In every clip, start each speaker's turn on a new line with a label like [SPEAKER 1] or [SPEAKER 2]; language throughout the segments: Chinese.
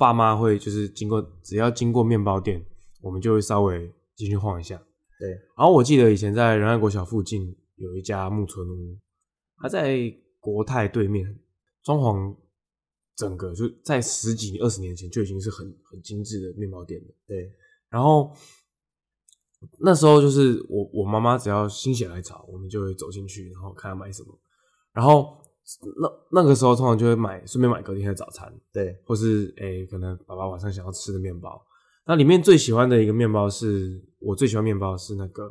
[SPEAKER 1] 爸妈会就是经过，只要经过面包店，我们就会稍微进去晃一下。
[SPEAKER 2] 对，
[SPEAKER 1] 然后我记得以前在仁爱国小附近有一家木村屋，它在国泰对面，装潢整个就在十几二十年前就已经是很很精致的面包店了。
[SPEAKER 2] 对，
[SPEAKER 1] 然后那时候就是我我妈妈只要心血来潮，我们就会走进去，然后看她买什么。然后那那个时候通常就会买，顺便买隔天的早餐，
[SPEAKER 2] 对，
[SPEAKER 1] 或是诶、可能爸爸晚上想要吃的面包。那里面最喜欢的一个面包是我最喜欢面包是那个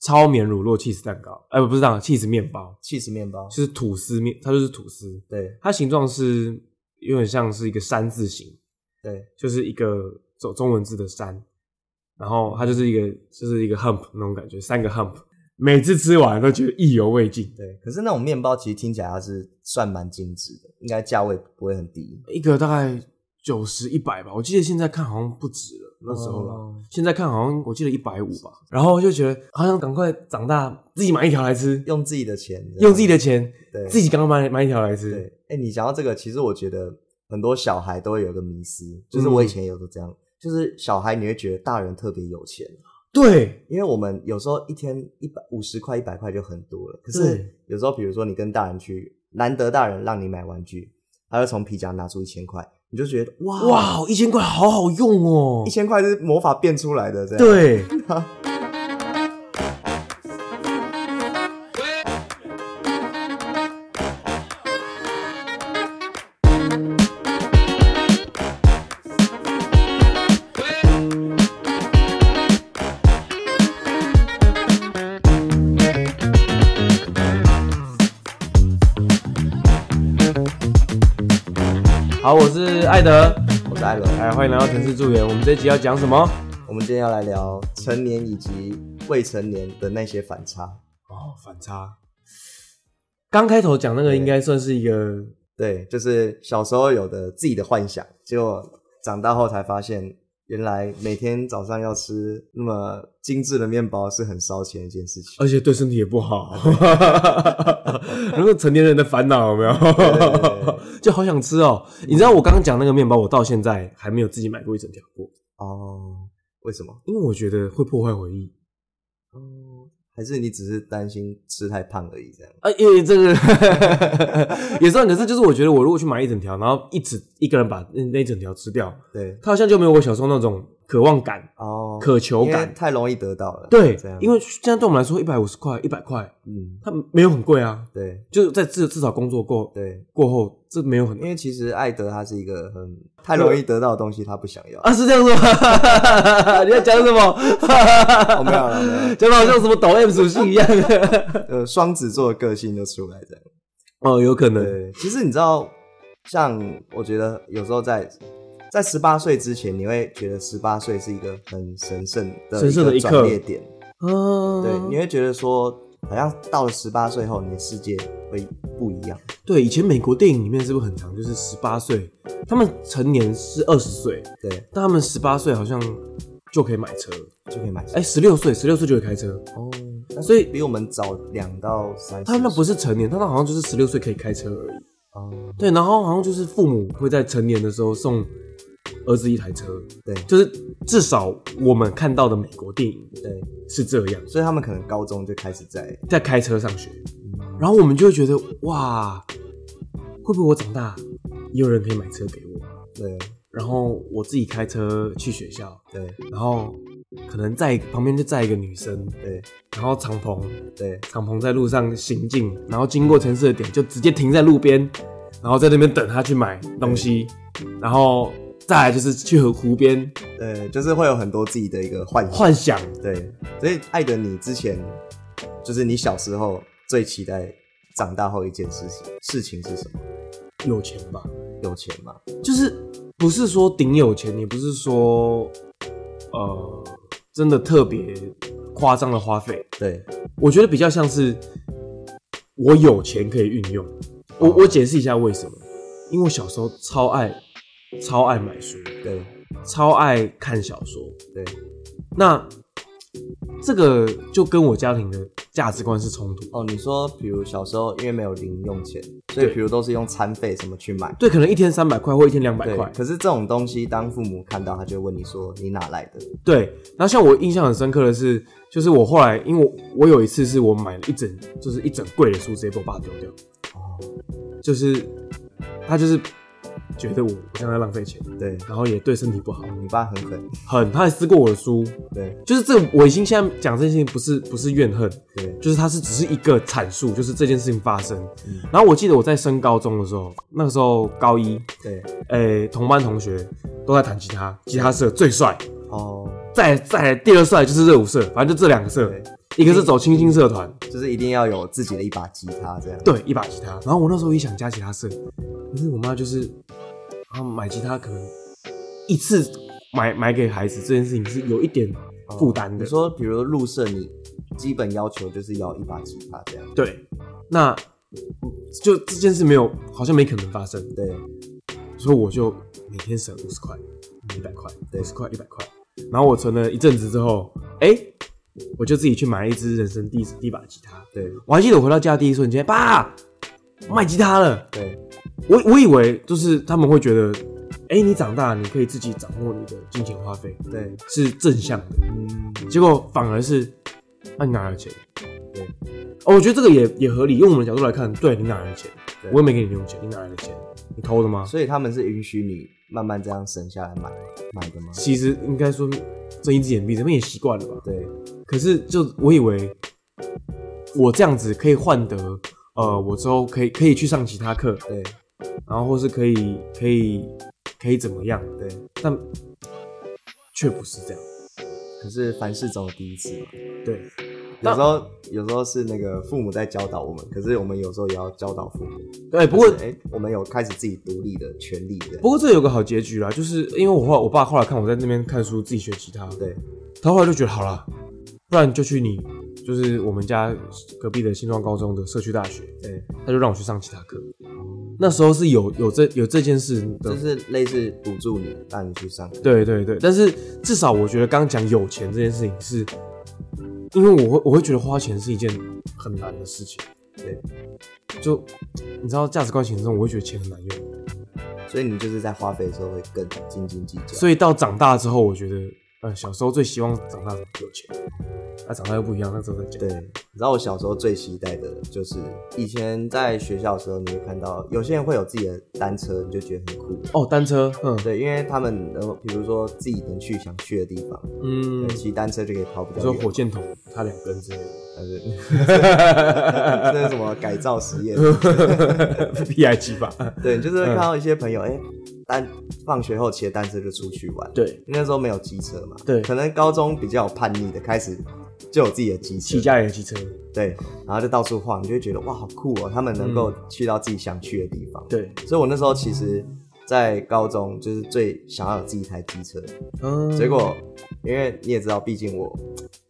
[SPEAKER 1] 超绵乳酪 cheese 蛋糕，哎、不是蛋糕，cheese 面包，
[SPEAKER 2] 气死面包，
[SPEAKER 1] 就是吐司面，它就是吐司，
[SPEAKER 2] 对
[SPEAKER 1] 它形状是有点像是一个山字形，
[SPEAKER 2] 对
[SPEAKER 1] 就是一个中中文字的山，然后它就是一个就是一个 hump 那种感觉，三个 hump，每次吃完都觉得意犹未尽。
[SPEAKER 2] 对。可是那种面包其实听起来它是算蛮精致的，应该价位不会很低。
[SPEAKER 1] 一个大概九十一百吧，我记得现在看好像不止了，那时候了。
[SPEAKER 2] 哦
[SPEAKER 1] 现在看好像我记得一百五吧，然后就觉得好想赶快长大，自己买一条来吃，
[SPEAKER 2] 用自己的钱这样，
[SPEAKER 1] 用自己的钱，
[SPEAKER 2] 对
[SPEAKER 1] 自己刚刚买买一条来
[SPEAKER 2] 对
[SPEAKER 1] 吃。，
[SPEAKER 2] 哎、你讲到这个，其实我觉得很多小孩都会有一个迷思，就是
[SPEAKER 1] 嗯
[SPEAKER 2] 我以前也有这样，就是小孩你会觉得大人特别有钱，啊
[SPEAKER 1] 对
[SPEAKER 2] 因为我们有时候一天一百五十块、一百块就很多了，可
[SPEAKER 1] 对
[SPEAKER 2] 是有时候比如说你跟大人去，难得大人让你买玩具，他就从皮夹拿出一千块，你就觉得哇哇，
[SPEAKER 1] 哇，一千块好好用哦
[SPEAKER 2] 一。千块是魔法变出来的这样，
[SPEAKER 1] 对，好，我是艾德，
[SPEAKER 2] 我是艾伦，
[SPEAKER 1] 哎，欢迎来到城市助缘。我们这一集要讲什么？
[SPEAKER 2] 我们今天要来聊成年以及未成年的那些反差，
[SPEAKER 1] 哦，反差。刚开头讲那个应该算是一个，
[SPEAKER 2] 对，就是小时候有的自己的幻想，结果长大后才发现，原来每天早上要吃那么精致的面包是很烧钱的一件事情。
[SPEAKER 1] 而且对身体也不好。 如果成年人的烦恼有没有
[SPEAKER 2] 对对对？
[SPEAKER 1] 就好想吃哦。你知道我刚刚讲那个面包，我到现在还没有自己买过一整条过，
[SPEAKER 2] 哦，为什么？
[SPEAKER 1] 因为我觉得会破坏回忆。
[SPEAKER 2] 哦，还是你只是担心吃太胖而已，这样？
[SPEAKER 1] 啊，因为这个 也算，可是就是我觉得我如果去买一整条，然后一直一个人把那那一整条吃掉，
[SPEAKER 2] 对，
[SPEAKER 1] 它好像就没有我小时候那种渴望感、
[SPEAKER 2] 哦，
[SPEAKER 1] 渴求
[SPEAKER 2] 因为
[SPEAKER 1] 感。
[SPEAKER 2] 太容易得到了。
[SPEAKER 1] 对
[SPEAKER 2] 这样，，
[SPEAKER 1] 因为现在对我们来说，一百五十块、一百块，
[SPEAKER 2] 嗯，
[SPEAKER 1] 它没有很贵啊。
[SPEAKER 2] 对
[SPEAKER 1] 就是在至至少工作过
[SPEAKER 2] 对，
[SPEAKER 1] 过后，这没有很
[SPEAKER 2] 因为其实艾德他是一个很太容易得到的东西，他不想要。
[SPEAKER 1] 啊，是这样子吗？ 你要讲什么？
[SPEAKER 2] 哦，没有了，没有
[SPEAKER 1] 讲的好像什么抖 M 属性一样。
[SPEAKER 2] 呃，双子座的个性就出来这样。
[SPEAKER 1] 哦，有可能。
[SPEAKER 2] 对，其实你知道，像我觉得有时候在在十八岁之前，你会觉得十八岁是一个很神圣的
[SPEAKER 1] 神圣的
[SPEAKER 2] 一
[SPEAKER 1] 一
[SPEAKER 2] 个
[SPEAKER 1] 刻
[SPEAKER 2] 转捩点，
[SPEAKER 1] 嗯，
[SPEAKER 2] 对，你会觉得说，好像到了十八岁后，你的世界会不一样。
[SPEAKER 1] 对以前美国电影里面是不是很长？就是十八岁，他们成年是二十岁，
[SPEAKER 2] 对，
[SPEAKER 1] 但他们十八岁好像就可以买车。
[SPEAKER 2] 就可以买车。
[SPEAKER 1] 哎，十六岁，十六岁就可以开车。
[SPEAKER 2] 哦，
[SPEAKER 1] 所以
[SPEAKER 2] 比我们早两到三。
[SPEAKER 1] 他们那不
[SPEAKER 2] 是
[SPEAKER 1] 是成年，他们好像就是十六岁可以开车而已。
[SPEAKER 2] 哦，
[SPEAKER 1] 对，然后好像就是父母会在成年的时候送儿子一台车，
[SPEAKER 2] 对
[SPEAKER 1] 就是至少我们看到的美国电影
[SPEAKER 2] 对，
[SPEAKER 1] 是这样，
[SPEAKER 2] 所以他们可能高中就开始在，嗯
[SPEAKER 1] 在开车上学，然后我们就会觉得哇，会不会我长大也有人可以买车给我，
[SPEAKER 2] 对
[SPEAKER 1] 然后我自己开车去学校，
[SPEAKER 2] 对
[SPEAKER 1] 然后可能在旁边就载一个女生，
[SPEAKER 2] 对
[SPEAKER 1] 然后敞篷
[SPEAKER 2] 对
[SPEAKER 1] 敞篷在路上行进，然后经过城市的点就直接停在路边，然后在那边等他去买东西，然后再来就是去河湖边
[SPEAKER 2] 对，就是会有很多自己的一个幻想。
[SPEAKER 1] 幻想。
[SPEAKER 2] 对，所以艾德，你之前就是你小时候最期待长大后一件事情，事情是什么？
[SPEAKER 1] 有钱吧，
[SPEAKER 2] 有钱嘛？
[SPEAKER 1] 就是不是说顶有钱，也不是说呃真的特别夸张的花费，
[SPEAKER 2] 对，
[SPEAKER 1] 我觉得比较像是我有钱可以运用。我我解释一下为什么，因为我小时候超爱超爱买书，
[SPEAKER 2] 对，
[SPEAKER 1] 超爱看小说，
[SPEAKER 2] 对，
[SPEAKER 1] 那这个就跟我家庭的价值观是冲突的。
[SPEAKER 2] 哦，你说，比如小时候因为没有零用钱，所以
[SPEAKER 1] 对
[SPEAKER 2] 比如都是用餐费什么去买。
[SPEAKER 1] 对，可能一天三百块或一天两百
[SPEAKER 2] 对，
[SPEAKER 1] 块。
[SPEAKER 2] 可是这种东西，当父母看到，他就会问你说：“你哪来的
[SPEAKER 1] 对，然后像我印象很深刻的是，就是我后来，因为我我有一次是我买了一整，就是一整柜的书，直接被我爸丢掉。
[SPEAKER 2] 哦
[SPEAKER 1] 就是他就是觉得我好像在浪费钱，？”
[SPEAKER 2] 对，
[SPEAKER 1] 然后也对身体不好，
[SPEAKER 2] 你爸很狠。
[SPEAKER 1] 很他还撕过我的书。
[SPEAKER 2] 对
[SPEAKER 1] 就是这个，我已经现在讲这件事情不是不是怨恨，
[SPEAKER 2] 对，
[SPEAKER 1] 就是它是只是一个阐述，就是这件事情发生。
[SPEAKER 2] 嗯
[SPEAKER 1] 然后我记得我在升高中的时候，那个时候高一，
[SPEAKER 2] 对，
[SPEAKER 1] 诶、同班同学都在弹吉他，吉他社最帅，
[SPEAKER 2] 哦，
[SPEAKER 1] 再再来第二帅就是热舞社，反正就这两个社
[SPEAKER 2] 对，
[SPEAKER 1] 一个是走清新社团，
[SPEAKER 2] 就是一定要有自己的一把吉他这样。
[SPEAKER 1] 对，一把吉他。然后我那时候也想加吉他社，可是我妈就是，啊，买吉他可能一次买买给孩子这件事情是有一点负担的。
[SPEAKER 2] 哦你说，比如入社，你基本要求就是要一把吉他这样。
[SPEAKER 1] 对，那就这件事没有，好像没可能发生，
[SPEAKER 2] 对，
[SPEAKER 1] 所以我就每天省五十块、一百块、
[SPEAKER 2] 对
[SPEAKER 1] 五十块、一百块。然后我存了一阵子之后，哎、我就自己去买了一支人生第一第一把吉他。
[SPEAKER 2] 对，
[SPEAKER 1] 我还记得我回到家的第一瞬间，爸，我买吉他了。
[SPEAKER 2] 对，
[SPEAKER 1] 我我以为就是他们会觉得，哎、你长大你可以自己掌握你的金钱花费，
[SPEAKER 2] 对，
[SPEAKER 1] 是正向的。
[SPEAKER 2] 嗯，
[SPEAKER 1] 结果反而是，那、你哪来的钱？
[SPEAKER 2] 对
[SPEAKER 1] 哦，我觉得这个也也合理，用我们的角度来看，对你哪来的钱？
[SPEAKER 2] 对
[SPEAKER 1] 我又没给你零用钱，你哪来的钱？你偷的吗？
[SPEAKER 2] 所以他们是允许你慢慢这样省下来买买的吗？
[SPEAKER 1] 其实应该说睁一只眼闭一只眼，他们也习惯了吧？
[SPEAKER 2] 对，
[SPEAKER 1] 可是就我以为我这样子可以换得，呃，我之后可以可以去上其他课，
[SPEAKER 2] 对，
[SPEAKER 1] 然后或是可以可以可以怎么样？
[SPEAKER 2] 对。
[SPEAKER 1] 但却不是这样。
[SPEAKER 2] 可是凡事总有第一次嘛。
[SPEAKER 1] 对，
[SPEAKER 2] 有
[SPEAKER 1] 但
[SPEAKER 2] 时候，有时候是那个父母在教导我们，可是我们有时候也要教导父母。
[SPEAKER 1] 对，不过
[SPEAKER 2] 哎、诶我们有开始自己独立的权利的。
[SPEAKER 1] 不过这有个好结局啦，就是因为我后来我爸后来看我在那边看书，自己学吉他，
[SPEAKER 2] 对
[SPEAKER 1] 他后来就觉得好啦，不然就去你就是我们家隔壁的新庄高中的社区大学，
[SPEAKER 2] 对，
[SPEAKER 1] 他就让我去上吉他课。那时候是有有这有这件事的
[SPEAKER 2] 就，是类似补助你，让你去上。
[SPEAKER 1] 对对对，但是至少我觉得刚刚讲有钱这件事情是，因为我会我会觉得花钱是一件很难的事情，
[SPEAKER 2] 对，
[SPEAKER 1] 就你知道价值观形成，我会觉得钱很难用。
[SPEAKER 2] 所以你就是在花费的时候会更斤斤计较。
[SPEAKER 1] 所以到长大之后，我觉得，呃，小时候最希望长大有钱，那、长大又不一样，那时候再讲。
[SPEAKER 2] 对，你知道我小时候最期待的就是以前在学校的时候，你会看到有些人会有自己的单车，你就觉得很酷。
[SPEAKER 1] 哦，单车，嗯
[SPEAKER 2] 对，因为他们能够，比如说自己能去想去的地方，
[SPEAKER 1] 嗯，
[SPEAKER 2] 骑单车就可以跑比
[SPEAKER 1] 你
[SPEAKER 2] 较
[SPEAKER 1] 说
[SPEAKER 2] 远
[SPEAKER 1] 火。箭筒插两根之类
[SPEAKER 2] 但是 那是什么改造实验？
[SPEAKER 1] 的，P I G 吧？
[SPEAKER 2] 对，你
[SPEAKER 1] 嗯
[SPEAKER 2] 就是会看到一些朋友，哎、单放学后骑着单车就出去玩。
[SPEAKER 1] 对，
[SPEAKER 2] 那时候没有机车嘛，
[SPEAKER 1] 对
[SPEAKER 2] 可能高中比较有叛逆的，开始就有自己的机车
[SPEAKER 1] 骑，家里的机车，
[SPEAKER 2] 对，然后就到处晃，你就会觉得哇，好酷哦，他们能够
[SPEAKER 1] 嗯
[SPEAKER 2] 去到自己想去的地方。
[SPEAKER 1] 对，
[SPEAKER 2] 所以我那时候其实，在高中就是最想要有自己一台机车，
[SPEAKER 1] 嗯，
[SPEAKER 2] 结果因为你也知道，毕竟我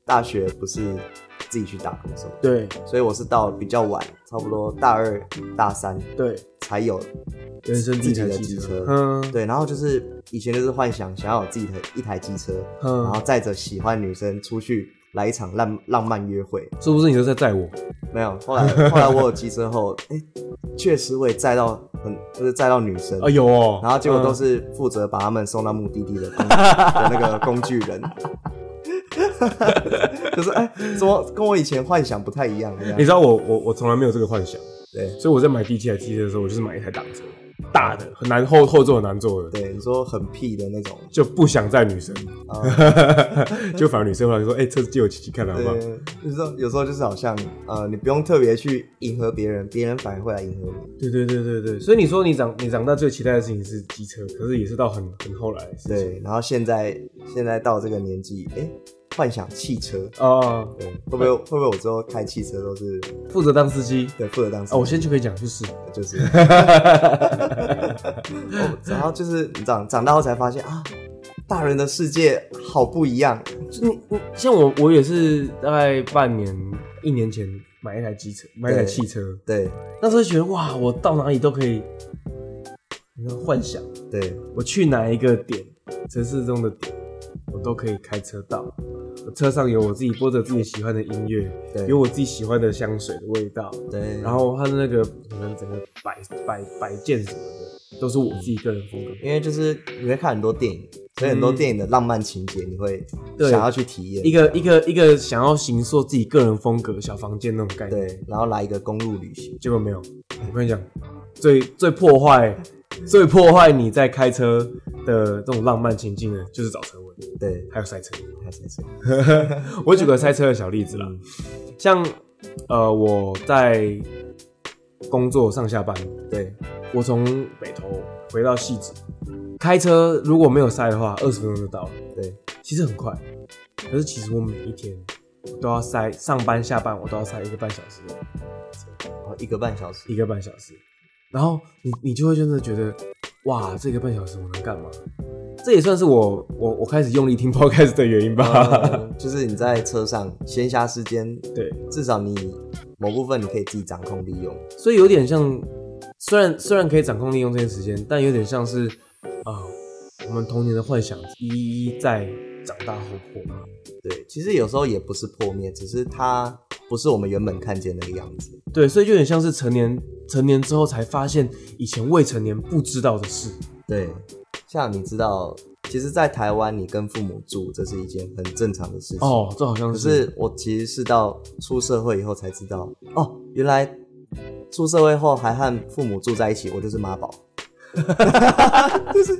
[SPEAKER 2] 大学不是自己去打工什么，
[SPEAKER 1] 对
[SPEAKER 2] 所以我是到比较晚，差不多大二大三
[SPEAKER 1] 对，
[SPEAKER 2] 才有
[SPEAKER 1] 人生第
[SPEAKER 2] 自
[SPEAKER 1] 一
[SPEAKER 2] 己
[SPEAKER 1] 台
[SPEAKER 2] 的
[SPEAKER 1] 机
[SPEAKER 2] 机
[SPEAKER 1] 车
[SPEAKER 2] 车，。
[SPEAKER 1] 嗯，
[SPEAKER 2] 对，然后就是以前就是幻想想要有自己的一台机车，
[SPEAKER 1] 嗯
[SPEAKER 2] 然后载着喜欢女生出去来一场浪浪漫约会。
[SPEAKER 1] 是不是你都在载我？
[SPEAKER 2] 没有，后来后来我有机车后，哎、确实我也载到很就是载到女生，
[SPEAKER 1] 啊，有哦，
[SPEAKER 2] 然后结果都
[SPEAKER 1] 嗯
[SPEAKER 2] 是负责把他们送到目的地的 工的那个工具人。 就是哎、怎么跟我以前幻想不太一样？这样
[SPEAKER 1] 你知道我我我从来没有这个幻想，
[SPEAKER 2] 对
[SPEAKER 1] 所以我在买第一台机车的时候，我就是买一台挡车，大的，很难后后座很难坐的。
[SPEAKER 2] 对，你说很屁的那种，
[SPEAKER 1] 就不想载女生，
[SPEAKER 2] 啊
[SPEAKER 1] 就反而女生会来说：“哎、车子借我骑骑看好不好
[SPEAKER 2] 对，有时候有时候就是好像呃，你不用特别去迎合别人，别人反而会来迎合你。？”
[SPEAKER 1] 对对对对对，所以你说你长你长大最期待的事情是机车，可是也是到很很后来的事情。
[SPEAKER 2] 对，然后现在现在到这个年纪，哎、幻想汽车，
[SPEAKER 1] 哦，
[SPEAKER 2] 对，会不会会不会我之后开汽车都是
[SPEAKER 1] 负责当司机。
[SPEAKER 2] 对负责当司机
[SPEAKER 1] 哦，我先就可以讲，就是
[SPEAKER 2] 就是 哦然后就是你长长大后才发现啊，大人的世界好不一样。
[SPEAKER 1] 就你我像我我也是大概半年一年前买一台机车，买一台
[SPEAKER 2] 对
[SPEAKER 1] 汽车，
[SPEAKER 2] 对
[SPEAKER 1] 那时候就觉得哇，我到哪里都可以，你知道幻想，
[SPEAKER 2] 对
[SPEAKER 1] 我去哪一个点，城市中的点，我都可以开车到，车上有我自己播着自己喜欢的音乐，
[SPEAKER 2] 对
[SPEAKER 1] 有我自己喜欢的香水的味道，
[SPEAKER 2] 对，
[SPEAKER 1] 然后它的那个可能整个摆摆摆件什么的，都是我自己个人风格。
[SPEAKER 2] 因为就是你会看很多电影，所以很多
[SPEAKER 1] 嗯
[SPEAKER 2] 电影的浪漫情节你会
[SPEAKER 1] 对
[SPEAKER 2] 想要去体验
[SPEAKER 1] 一。个一个一个想要形塑自己个人风格的小房间那种概念，
[SPEAKER 2] 对，然后来一个公路旅行，
[SPEAKER 1] 结果没有。我跟你讲，最最破坏、最破坏你在开车的这种浪漫情境呢，就是找车位，
[SPEAKER 2] 对，
[SPEAKER 1] 还有塞车。
[SPEAKER 2] 还是这样
[SPEAKER 1] 我举个塞车的小例子啦，
[SPEAKER 2] 嗯
[SPEAKER 1] 像呃我在工作上下班，
[SPEAKER 2] 对，
[SPEAKER 1] 我从北投回到汐止，开车如果没有塞的话，二十分钟就到了，
[SPEAKER 2] 对，
[SPEAKER 1] 其实很快。可是其实我每一天都要塞，上班下班我都要塞一个半小时的
[SPEAKER 2] 然哦后一个半小时，
[SPEAKER 1] 一个半小时，然后你你就会真的觉得，哇，这个半小时我能干嘛？这也算是我我我开始用力听 podcast 的原因吧。
[SPEAKER 2] 嗯就是你在车上闲暇时间，
[SPEAKER 1] 对，
[SPEAKER 2] 至少你某部分你可以自己掌控利用。
[SPEAKER 1] 所以有点像，虽然虽然可以掌控利用这些时间，但有点像是啊、我们童年的幻想一一在长大后破灭。
[SPEAKER 2] 对，其实有时候也不是破灭，只是它不是我们原本看见那个样子。
[SPEAKER 1] 对，所以就有点像是成年成年之后才发现以前未成年不知道的事。
[SPEAKER 2] 对，像你知道，其实，在台湾你跟父母住，这是一件很正常的事情。
[SPEAKER 1] 哦，这好像
[SPEAKER 2] 可
[SPEAKER 1] 是
[SPEAKER 2] 是我其实是到出社会以后才知道，哦，原来出社会后还和父母住在一起，我就是妈宝。 就是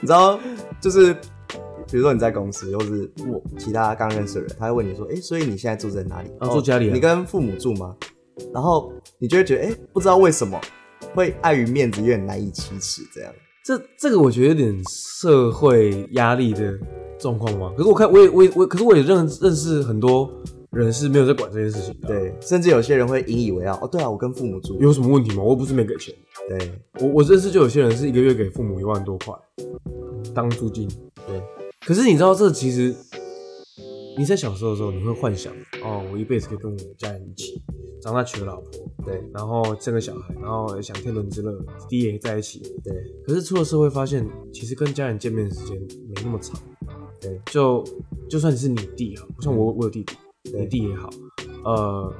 [SPEAKER 2] 你知道，就是比如说你在公司，或是我其他刚认识的人，他会问你说，哎、所以你现在住在哪里？哦
[SPEAKER 1] 啊住家里啊
[SPEAKER 2] 你跟父母住吗？然后你就会觉得，哎、不知道为什么会碍于面子，有点难以启齿这样。
[SPEAKER 1] 这这个我觉得有点社会压力的状况嘛。可是我看我也我也我，可是我也认认识很多人是没有在管这件事情的。，
[SPEAKER 2] 对，甚至有些人会引以为傲，哦，对啊，我跟父母住。
[SPEAKER 1] 有什么问题吗？我又不是没给钱。
[SPEAKER 2] 对
[SPEAKER 1] 我我认识就有些人是一个月给父母一万多块当租金，
[SPEAKER 2] 对，
[SPEAKER 1] 可是你知道这其实你在小时候的时候你会幻想哦，我一辈子可以跟我家人一起，长大娶个老婆，
[SPEAKER 2] 对
[SPEAKER 1] 然后生个小孩，然后享天伦之乐，弟也在一起。
[SPEAKER 2] 对
[SPEAKER 1] 可是出了社会发现，其实跟家人见面的时间没那么长，
[SPEAKER 2] 对
[SPEAKER 1] 就就算是你弟啊，像我我有弟弟，
[SPEAKER 2] 对
[SPEAKER 1] 你弟也好，呃，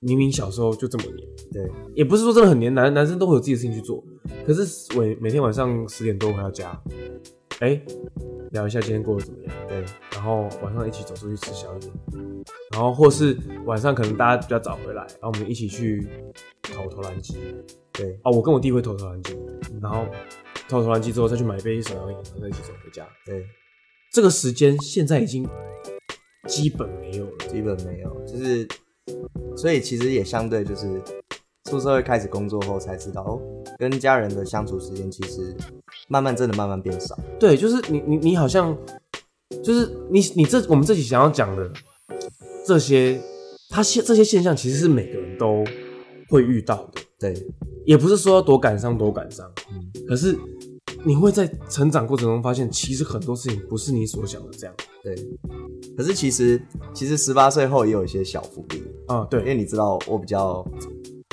[SPEAKER 1] 明明小时候就这么黏。
[SPEAKER 2] 对
[SPEAKER 1] 也不是说真的很黏，男男生都会有自己的事情去做。可是每每天晚上十点多回到家，哎、聊一下今天过得怎么样，
[SPEAKER 2] 对
[SPEAKER 1] 然后晚上一起走出去吃宵夜，然后或是晚上可能大家比较早回来，然后我们一起去投投篮机
[SPEAKER 2] 对。
[SPEAKER 1] 啊，我跟我弟会投投篮机，然后投投篮机之后再去买一杯手摇饮，然后再一起走回家。
[SPEAKER 2] 对，
[SPEAKER 1] 这个时间现在已经基本没有了。
[SPEAKER 2] 基本没有，就是，所以其实也相对就是，出社会开始工作后才知道，哦，跟家人的相处时间其实慢慢真的慢慢变少。
[SPEAKER 1] 对，就是你你你好像，就是你你这我们这期想要讲的这些，它现这些现象其实是每个人都会遇到的，
[SPEAKER 2] 对，
[SPEAKER 1] 也不是说要多感伤多感伤，
[SPEAKER 2] 嗯，
[SPEAKER 1] 可是你会在成长过程中发现，其实很多事情不是你所想的这样
[SPEAKER 2] 对。可是其实其实十八岁后也有一些小福利，
[SPEAKER 1] 啊，
[SPEAKER 2] 因
[SPEAKER 1] 对，
[SPEAKER 2] 为你知道我比较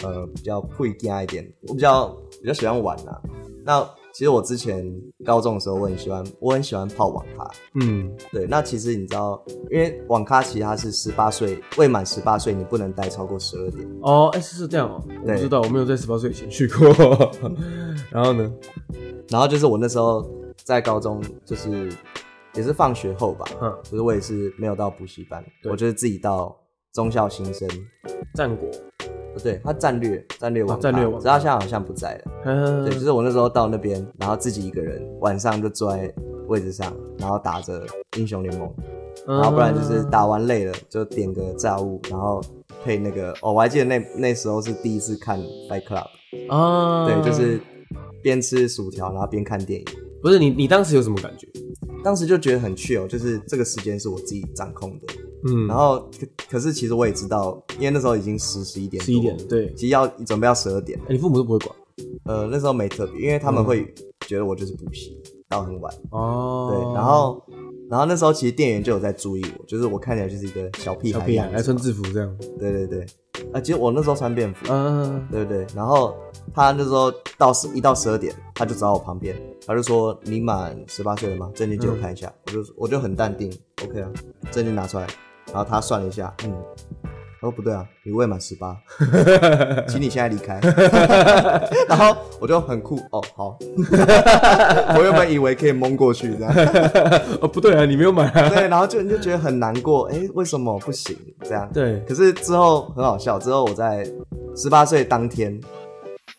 [SPEAKER 2] 呃比较不一定一点，我比较比较喜欢玩啊。那其实我之前高中的时候，我很喜欢我很喜欢泡网咖，
[SPEAKER 1] 嗯，
[SPEAKER 2] 对，那其实你知道，因为网咖其实它是十八岁未满十八岁，你不能待超过十二点。
[SPEAKER 1] 哦，哎、是是这样哦、我不
[SPEAKER 2] 嗯对
[SPEAKER 1] 知道，我没有在十八岁以前去 过，然后呢，
[SPEAKER 2] 然后就是我那时候在高中，就是也是放学后吧，
[SPEAKER 1] 嗯，
[SPEAKER 2] 就是我也是没有到补习班，
[SPEAKER 1] 对
[SPEAKER 2] 我就是自己到中校新生。
[SPEAKER 1] 战国，
[SPEAKER 2] 呃对，它战略战略
[SPEAKER 1] 啊
[SPEAKER 2] 网咖，
[SPEAKER 1] 战略网咖
[SPEAKER 2] 只是它现在好像不在了。
[SPEAKER 1] 嗯
[SPEAKER 2] 对，就是我那时候到那边，然后自己一个人晚上就坐在位置上，然后打着英雄联盟，然
[SPEAKER 1] 啊
[SPEAKER 2] 后不然就是
[SPEAKER 1] 嗯
[SPEAKER 2] 打完累了就点个炸物，然后配那个哦，我还记得那那时候是第一次看《Fight Club》，
[SPEAKER 1] 啊，
[SPEAKER 2] 对，就是边吃薯条然后边看电影，
[SPEAKER 1] 不是你你当时有什么感觉？
[SPEAKER 2] 当时就觉得很 chill，就是这个时间是我自己掌控的。
[SPEAKER 1] 嗯，
[SPEAKER 2] 然后可可是其实我也知道，因为那时候已经十十一点多
[SPEAKER 1] 十一点，对，
[SPEAKER 2] 其实要准备要十二点，
[SPEAKER 1] 哎你父母都不会管
[SPEAKER 2] 呃，那时候没特别，因为他
[SPEAKER 1] 嗯
[SPEAKER 2] 们会觉得我就是补习到很晚，
[SPEAKER 1] 哦。
[SPEAKER 2] 对，然后。然后那时候其实店员就有在注意我，就是我看起来就是一个小屁
[SPEAKER 1] 小
[SPEAKER 2] 孩，
[SPEAKER 1] 屁孩还穿，制服这样，
[SPEAKER 2] 对对对，啊，其实我那时候穿便服，啊
[SPEAKER 1] 嗯，
[SPEAKER 2] 对不对？然后他那时候到十一到十二点，他就走到我旁边，他就说：“你满十八岁了吗？证件借我看一下。我就我就很淡定，我 OK 啊，证件拿出来，然后他算了一下，嗯，他说不对啊，你未满十八，请你现在离开。 然后我就很酷哦，好， 我原本以为可以蒙过去这样，
[SPEAKER 1] 哦，不对啊，你没有买啊。
[SPEAKER 2] 对，然后就你就觉得很难过，哎、为什么不行这样？
[SPEAKER 1] 对，
[SPEAKER 2] 可是之后很好笑，之后我在十八岁当天，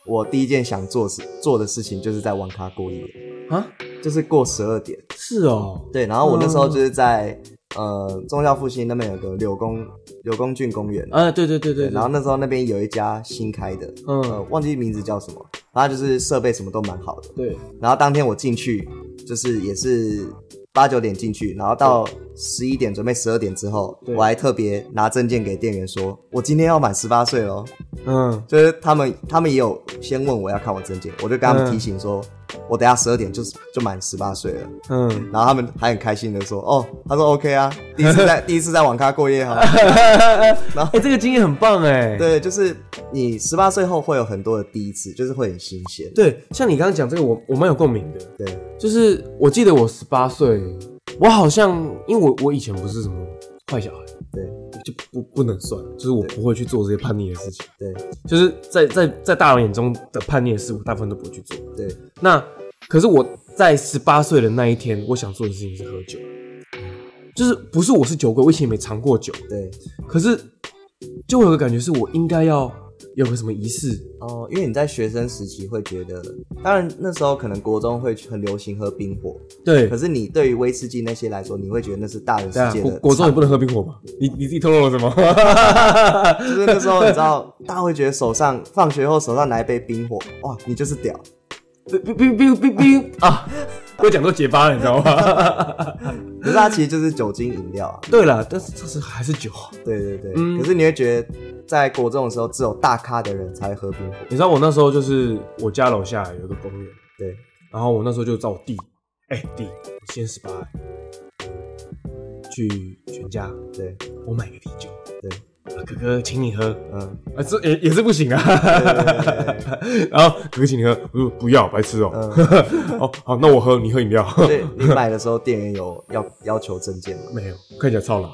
[SPEAKER 2] 我第一件想做事做的事情就是在网咖过夜，
[SPEAKER 1] 啊，
[SPEAKER 2] 就是过十二点。
[SPEAKER 1] 是哦，
[SPEAKER 2] 对，然后我那时候就是在、呃中校复兴那边有个柳公柳公郡公园，
[SPEAKER 1] 啊，对对对对，
[SPEAKER 2] 然后那时候那边有一家新开的，
[SPEAKER 1] 嗯
[SPEAKER 2] 呃，忘记名字叫什么，然后就是设备什么都蛮好的。
[SPEAKER 1] 对，
[SPEAKER 2] 然后当天我进去，就是也是八九点进去，然后到十一点准备十二点之后，
[SPEAKER 1] 对
[SPEAKER 2] 我还特别拿证件给店员说，我今天要满十八岁喽。
[SPEAKER 1] 嗯，
[SPEAKER 2] 就是他们他们也有先问我要看我证件，我就跟他们
[SPEAKER 1] 嗯
[SPEAKER 2] 提醒说，我等下十二点就是就满十八岁了。
[SPEAKER 1] 嗯，
[SPEAKER 2] 然后他们还很开心的说，哦，他说 OK 啊，第一次在第一次在网咖过夜哈。然
[SPEAKER 1] 哎、这个经验很棒哎、
[SPEAKER 2] 对，就是你十八岁后会有很多的第一次，就是会很新鲜。
[SPEAKER 1] 对，像你刚刚讲这个，我我蛮有共鸣的。
[SPEAKER 2] 对
[SPEAKER 1] 就是我记得我十八岁，我好像因为我我以前不是什么坏小孩，
[SPEAKER 2] 对
[SPEAKER 1] 就不不能算，就是我不会去做这些叛逆的事情。
[SPEAKER 2] 对
[SPEAKER 1] 就是在在在大人眼中的叛逆的事，我大部分都不会去做。
[SPEAKER 2] 对，
[SPEAKER 1] 那可是我在十八岁的那一天，我想做的事情是喝酒，就是不是我是酒鬼，我以前也没尝过酒，
[SPEAKER 2] 对
[SPEAKER 1] 可是就我有个感觉是我应该要有个什么仪式，
[SPEAKER 2] 哦，因为你在学生时期会觉得，当然那时候可能国中会很流行喝冰火，
[SPEAKER 1] 对
[SPEAKER 2] 可。是你对于威士忌那些来说，你会觉得那是大人世
[SPEAKER 1] 对啊，
[SPEAKER 2] 界
[SPEAKER 1] 国
[SPEAKER 2] 的。
[SPEAKER 1] 国中也不能喝冰火吧？你你自己透露了什么？
[SPEAKER 2] 就是那时候你知道，大家会觉得手上放学后手上拿一杯冰火，哇，你就是屌。
[SPEAKER 1] 冰冰冰冰冰啊！我讲都结巴了，你知道吗？
[SPEAKER 2] 可是它其实就是酒精饮料啊。
[SPEAKER 1] 对了，但是这是还是酒啊。
[SPEAKER 2] 对对对，
[SPEAKER 1] 嗯
[SPEAKER 2] 可是你会觉得，在国中的时候，只有大咖的人才会喝冰火。
[SPEAKER 1] 你知道我那时候就是我家楼下有一个公园，
[SPEAKER 2] 对，
[SPEAKER 1] 然后我那时候就找我弟，哎、弟，我先十八、去全家，
[SPEAKER 2] 对，
[SPEAKER 1] 我买个啤酒，
[SPEAKER 2] 对，
[SPEAKER 1] 啊哥哥请你喝，
[SPEAKER 2] 嗯，
[SPEAKER 1] 啊这也也是不行啊， 然后哥哥请你喝，我说不要，白痴哦、 哦好，那我喝，你喝饮料，
[SPEAKER 2] 对你买的时候，店员有要要求证件吗？
[SPEAKER 1] 没有，看起来超老，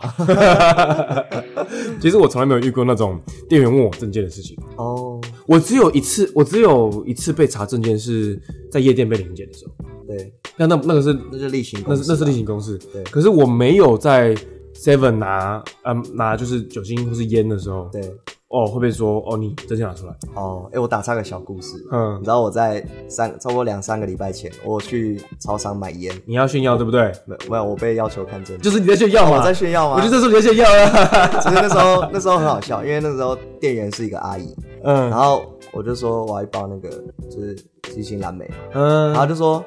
[SPEAKER 1] 其实我从来没有遇过那种店员问我证件的事情，
[SPEAKER 2] 哦，
[SPEAKER 1] 我只有一次，我只有一次被查证件是在夜店被临检的时候，
[SPEAKER 2] 对，
[SPEAKER 1] 那那那个是
[SPEAKER 2] 那是例行
[SPEAKER 1] 那
[SPEAKER 2] 公
[SPEAKER 1] 是
[SPEAKER 2] 事
[SPEAKER 1] 那是
[SPEAKER 2] 吧
[SPEAKER 1] 例行公事
[SPEAKER 2] 对。
[SPEAKER 1] 可是我没有在 Seven 拿嗯拿就是酒精或是烟的时候，
[SPEAKER 2] 对，
[SPEAKER 1] 哦会被说哦你证件拿出来，
[SPEAKER 2] 哦，哎、我打岔个小故事。你
[SPEAKER 1] 嗯
[SPEAKER 2] 知道我在三差不多两三个礼拜前，我去超商买烟，
[SPEAKER 1] 你要炫耀对不对？
[SPEAKER 2] 没没有，我被要求看证件，
[SPEAKER 1] 就是你在炫耀
[SPEAKER 2] 我
[SPEAKER 1] 嘛，
[SPEAKER 2] 在炫耀
[SPEAKER 1] 我
[SPEAKER 2] 吗
[SPEAKER 1] 就？在说你在炫耀啊，
[SPEAKER 2] 只是那时候那时候很好笑，因为那时候店员是一个阿姨，然
[SPEAKER 1] 嗯
[SPEAKER 2] 后我就说我要一包那个就是七星蓝莓，然
[SPEAKER 1] 嗯
[SPEAKER 2] 后就说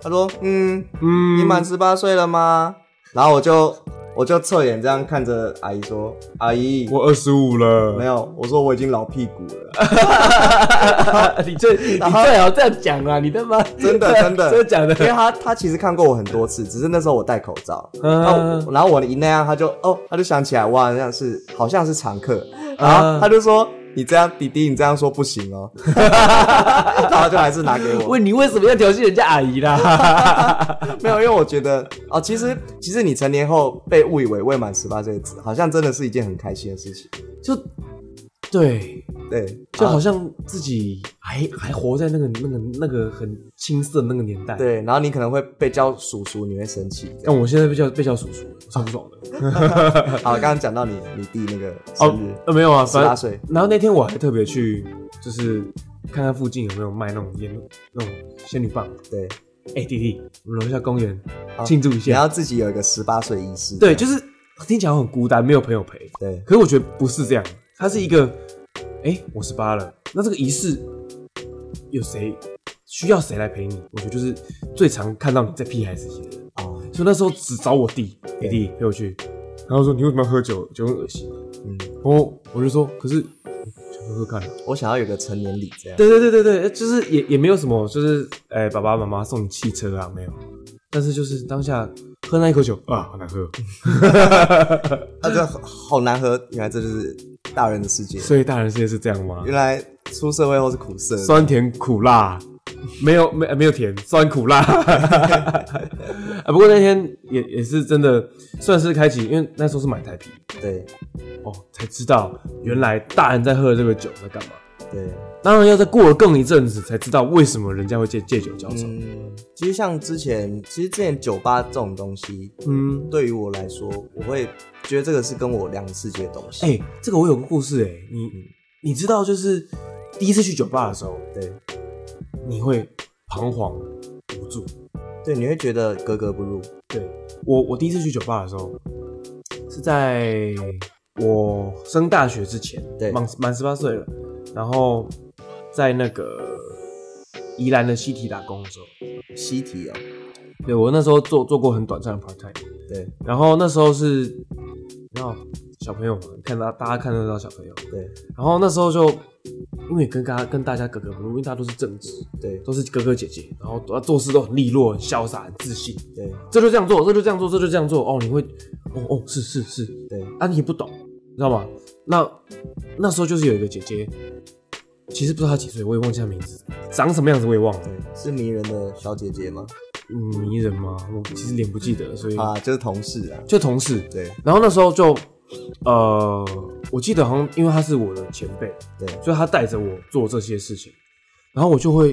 [SPEAKER 2] 她说嗯，
[SPEAKER 1] 嗯
[SPEAKER 2] 你满十八岁了吗？然后我就我就侧眼这样看着阿姨说，阿姨，
[SPEAKER 1] 我二十五
[SPEAKER 2] 没
[SPEAKER 1] 了，
[SPEAKER 2] 有，我说我已经老屁股了，
[SPEAKER 1] 你最你最好这样讲啊，你他妈
[SPEAKER 2] 真的真的
[SPEAKER 1] 真的假
[SPEAKER 2] 因为
[SPEAKER 1] 的？
[SPEAKER 2] 她她其实看过我很多次，只是那时候我戴口罩，然
[SPEAKER 1] 嗯
[SPEAKER 2] 后然后我一那样，他就哦，他就想起来，哇，好像是好像是常客，
[SPEAKER 1] 嗯
[SPEAKER 2] 然后他就说你这样，弟弟你这样说不行 哦，然后就还是拿给我，
[SPEAKER 1] 问你为什么要调戏人家阿姨 啦？
[SPEAKER 2] 没有，因为我觉得哦，其实其实你成年后被误以为未满十八岁，好像真的是一件很开心的事情，
[SPEAKER 1] 就对，
[SPEAKER 2] 对，
[SPEAKER 1] 就好
[SPEAKER 2] 啊
[SPEAKER 1] 像自己还还活在那个那个那个很青涩的那个年代。，
[SPEAKER 2] 啊对，然后你可能会被叫叔叔，你会生气。
[SPEAKER 1] 但我现在被叫被叫叔叔，我超不爽的。
[SPEAKER 2] 好，刚刚讲到你你弟那个生日，
[SPEAKER 1] 呃，没有啊，
[SPEAKER 2] 十
[SPEAKER 1] 反
[SPEAKER 2] 八
[SPEAKER 1] 正
[SPEAKER 2] 岁，
[SPEAKER 1] 然后那天我还特别去，就是看看附近有没有卖那种烟那种仙女棒。
[SPEAKER 2] 对，
[SPEAKER 1] 哎、弟弟，我们楼下公园
[SPEAKER 2] 啊
[SPEAKER 1] 庆祝一
[SPEAKER 2] 你
[SPEAKER 1] 下。
[SPEAKER 2] 要自己有一个十八岁仪式，
[SPEAKER 1] 对，就是听起来很孤单，没有朋友陪。
[SPEAKER 2] 对
[SPEAKER 1] 可是我觉得不是这样，它是一个，哎、我十八了，那这个仪式有谁需要谁来陪你？我觉得就是最常看到你在屁孩时期的人，
[SPEAKER 2] 哦，
[SPEAKER 1] 所以那时候只找我弟，弟弟陪我去，然后说你为什么要喝酒，就很恶心。
[SPEAKER 2] 嗯。
[SPEAKER 1] 然后我就说，可是想喝喝看啊。
[SPEAKER 2] 我想要有个成年礼这样。
[SPEAKER 1] 对对对对对，就是也也没有什么，就是哎、爸爸妈妈送你汽车啊，没有。但是就是当下喝那一口酒啊，好难喝，
[SPEAKER 2] 啊，这好难喝，原来这就是大人的世界。
[SPEAKER 1] 所以大人世界是这样吗？
[SPEAKER 2] 原来出社会后是苦涩的。
[SPEAKER 1] 酸甜苦辣，没有没没有甜，酸苦辣。 啊，不过那天也也是真的算是开启，因为那时候是买台啤
[SPEAKER 2] 对
[SPEAKER 1] 哦，才知道原来大人在喝的这个酒在干嘛。
[SPEAKER 2] 对，
[SPEAKER 1] 当然要再过了更一阵子才知道为什么人家会借借酒浇愁。
[SPEAKER 2] 嗯，其实像之前，其实之前酒吧这种东西，
[SPEAKER 1] 嗯，
[SPEAKER 2] 对于我来说，我会觉得这个是跟我两个世界的东西。
[SPEAKER 1] 哎、这个我有个故事哎、你你知道就是第一次去酒吧的时候，
[SPEAKER 2] 对
[SPEAKER 1] 你会彷徨无助。
[SPEAKER 2] 对，你会觉得格格不入。
[SPEAKER 1] 对我，我第一次去酒吧的时候，是在我升大学之前，
[SPEAKER 2] 对
[SPEAKER 1] 满满十八岁了，然后在那个宜兰的西体打工的时候，
[SPEAKER 2] 西提哦，
[SPEAKER 1] 对我那时候做做过很短暂的 part time，
[SPEAKER 2] 对
[SPEAKER 1] 然后那时候是，你知道小朋友嘛，看到大家看得到小朋友，
[SPEAKER 2] 对
[SPEAKER 1] 然后那时候就因为跟大家跟大家格格不入，因为大家都是正直，
[SPEAKER 2] 对
[SPEAKER 1] 都是哥哥姐姐，然后都做事都很利落、很潇洒、很自信，
[SPEAKER 2] 对
[SPEAKER 1] 这就这样做，这就这样做，这就这样做。哦，你会，哦哦，是是是，
[SPEAKER 2] 对
[SPEAKER 1] 啊，你不懂，你知道吗？那那时候就是有一个姐姐，其实不知道她几岁，我也忘记她名字，长什么样子我也忘了。
[SPEAKER 2] 对，是迷人的小姐姐吗？
[SPEAKER 1] 嗯，迷人吗？我其实脸不记得了，所以
[SPEAKER 2] 啊，就是同事啊。
[SPEAKER 1] 就同事。
[SPEAKER 2] 对
[SPEAKER 1] 然后那时候就，呃，我记得好像因为她是我的前辈，
[SPEAKER 2] 对
[SPEAKER 1] 所以她带着我做这些事情，然后我就会，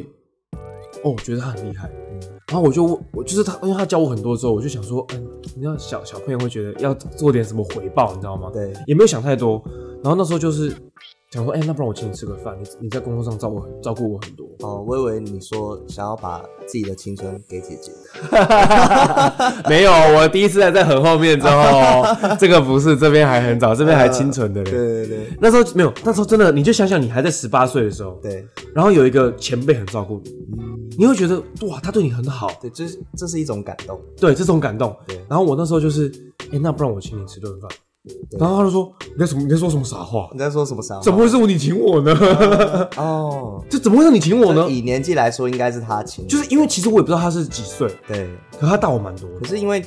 [SPEAKER 1] 哦，我觉得她很厉害。然后我就我就是他，因为他教我很多之后，我就想说，嗯，你知道小小朋友会觉得要做点什么回报，你知道吗？
[SPEAKER 2] 对
[SPEAKER 1] 也没有想太多。然后那时候就是想说，哎、那不然我请你吃个饭，你你在工作上照顾我照顾我很多。
[SPEAKER 2] 哦，我以为你说想要把自己的青春给姐姐。
[SPEAKER 1] 没有，我第一次还在很后面之后， 这个不是这边还很早，这边还清纯的人。
[SPEAKER 2] 对对对
[SPEAKER 1] 那时候没有，那时候真的，你就想想你还在十八岁的时候，
[SPEAKER 2] 对
[SPEAKER 1] 然后有一个前辈很照顾你，
[SPEAKER 2] 嗯
[SPEAKER 1] 你会觉得哇，他对你很好，
[SPEAKER 2] 对，就是这是一种感动。
[SPEAKER 1] 对这种感动
[SPEAKER 2] 对。
[SPEAKER 1] 然后我那时候就是，哎、那不然我请你吃顿饭。
[SPEAKER 2] 对
[SPEAKER 1] 然后他就说：“你在什么？你在说什么傻话？
[SPEAKER 2] 你在说什么啥？
[SPEAKER 1] 怎么会是我你请我呢？
[SPEAKER 2] 哦？
[SPEAKER 1] 这怎么会是你请我呢
[SPEAKER 2] 就？以年纪来说，应该是他请你。
[SPEAKER 1] 就是因为其实我也不知道他是几岁，
[SPEAKER 2] 对，
[SPEAKER 1] 可他大我蛮多
[SPEAKER 2] 可
[SPEAKER 1] 的。
[SPEAKER 2] 是因为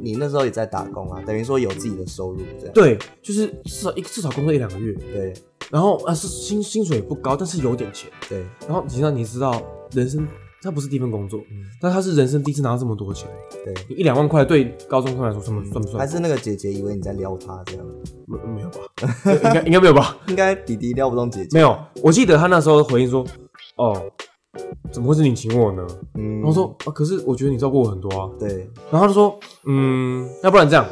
[SPEAKER 2] 你那时候也在打工啊，等于说有自己的收入这样。
[SPEAKER 1] 对，就是至少一至少工作一两个月，
[SPEAKER 2] 对
[SPEAKER 1] 然后啊是薪薪水也不高，但是有点钱。
[SPEAKER 2] 对
[SPEAKER 1] 然后你知道你知道人生，他不是第一份工作，
[SPEAKER 2] 嗯
[SPEAKER 1] 但他是人生第一次拿到这么多钱，
[SPEAKER 2] 对
[SPEAKER 1] 一两万块对高中生来说算不嗯算不
[SPEAKER 2] 还
[SPEAKER 1] 算？
[SPEAKER 2] 是那个姐姐以为你在撩她这样，
[SPEAKER 1] 没没有吧？应该应该没有吧？
[SPEAKER 2] 应该弟弟撩不动姐姐。
[SPEAKER 1] 没有，我记得他那时候回应说：“哦，怎么会是你请我呢？”
[SPEAKER 2] 嗯
[SPEAKER 1] 然后说：“啊，可是我觉得你照顾我很多啊。”
[SPEAKER 2] 对
[SPEAKER 1] 然后他就说，嗯，要不然这样，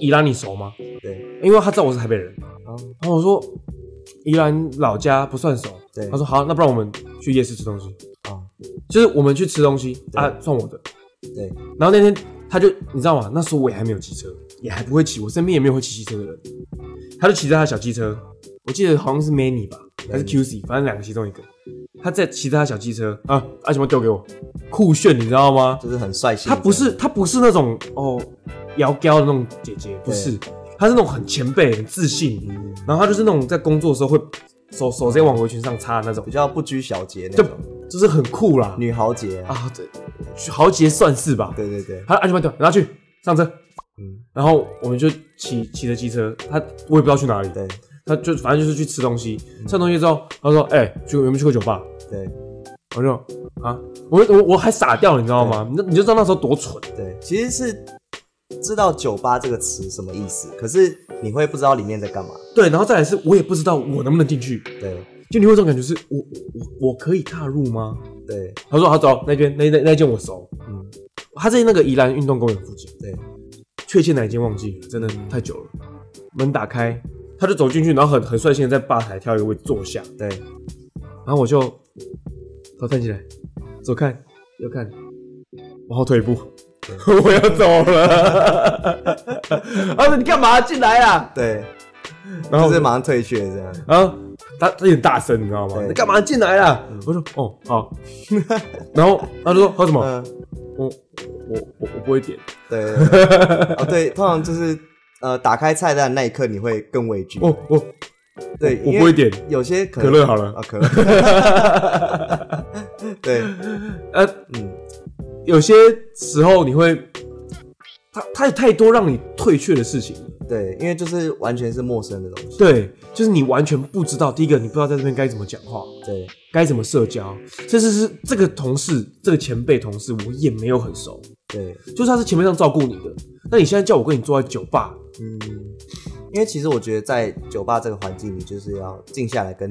[SPEAKER 1] 宜兰你熟吗？
[SPEAKER 2] 对，
[SPEAKER 1] 因为他知道我是台北人。
[SPEAKER 2] 哦
[SPEAKER 1] 然后我说，宜兰老家不算熟。
[SPEAKER 2] 对
[SPEAKER 1] 他说好，那不然我们去夜市吃东西，
[SPEAKER 2] 哦
[SPEAKER 1] 就是我们去吃东西啊，算我的。
[SPEAKER 2] 对
[SPEAKER 1] 然后那天他就你知道吗？那时候我也还没有骑车，也还不会骑，我身边也没有会骑机车的人。他就骑着他的小机车，我记得好像是 Many 吧，还是 QC，反正两个其中一个。他在骑着他的小机车啊，阿什么丢给我，酷炫，你知道吗？
[SPEAKER 2] 就是很率性。
[SPEAKER 1] 她不是她不是那种哦摇娇的那种姐姐，不是，她是那种很前辈、很自信，
[SPEAKER 2] 嗯
[SPEAKER 1] 然后她就是那种在工作的时候会手手直接往围裙上插的那种
[SPEAKER 2] 比，较不拘小节那种
[SPEAKER 1] 就是很酷啦。
[SPEAKER 2] 女豪杰啊。
[SPEAKER 1] 啊，对，豪杰算是吧。
[SPEAKER 2] 对对对，
[SPEAKER 1] 她安全帽掉，拿去上车，
[SPEAKER 2] 嗯
[SPEAKER 1] 然后我们就骑骑着机车，她我也不知道去哪里，
[SPEAKER 2] 对
[SPEAKER 1] 她就反正就是去吃东西，吃完东西之后，她说：“哎、去有没有去过酒吧
[SPEAKER 2] 对？”
[SPEAKER 1] 我就啊，我我我还傻掉，你知道吗？那你就知道那时候多蠢。
[SPEAKER 2] 对，其实是知道“酒吧”这个词什么意思，可是你会不知道里面在干嘛。
[SPEAKER 1] 对，然后再来是我也不知道我能不能进去，
[SPEAKER 2] 对
[SPEAKER 1] 就你会有这种感觉是，我我我可以踏入吗？
[SPEAKER 2] 对
[SPEAKER 1] 他说好走，那边那那那间我熟，
[SPEAKER 2] 嗯
[SPEAKER 1] 他在那个宜兰运动公园附近，
[SPEAKER 2] 对
[SPEAKER 1] 确切哪一间忘记了，真的太久了。门打开，他就走进去，然后很很率性的在吧台挑一个位置坐下，
[SPEAKER 2] 对
[SPEAKER 1] 然后我就头站起来，左看右看，往后退一步， 我要走了。 他说你干嘛进来啊？
[SPEAKER 2] 对，
[SPEAKER 1] 然后
[SPEAKER 2] 就是马上退却这样。
[SPEAKER 1] 然后他他有点大声，你知道吗？
[SPEAKER 2] 对
[SPEAKER 1] 你干嘛进来啦？我说哦好， 然后他就说喝什么？
[SPEAKER 2] 嗯，
[SPEAKER 1] 我我我我不会点。
[SPEAKER 2] 对对对哦对，通常就是呃打开菜单的那一刻你会更畏惧。
[SPEAKER 1] 我我
[SPEAKER 2] 对，
[SPEAKER 1] 哦我
[SPEAKER 2] 因
[SPEAKER 1] 不会
[SPEAKER 2] 为
[SPEAKER 1] 点
[SPEAKER 2] 有些可
[SPEAKER 1] 可
[SPEAKER 2] 能
[SPEAKER 1] 乐好了
[SPEAKER 2] 啊，可乐。 对，
[SPEAKER 1] 呃，
[SPEAKER 2] 嗯，
[SPEAKER 1] 有些时候你会，他他有太多让你退却的事情了。
[SPEAKER 2] 对，因为就是完全是陌生的东西。
[SPEAKER 1] 对，就是你完全不知道，第一个你不知道在这边该怎么讲话，
[SPEAKER 2] 对
[SPEAKER 1] 该怎么社交，甚至是这个同事、这个前辈同事，我也没有很熟，
[SPEAKER 2] 对，
[SPEAKER 1] 就是他是前面上照顾你的，那你现在叫我跟你坐在酒吧，
[SPEAKER 2] 嗯，因为其实我觉得在酒吧这个环境，你就是要静下来跟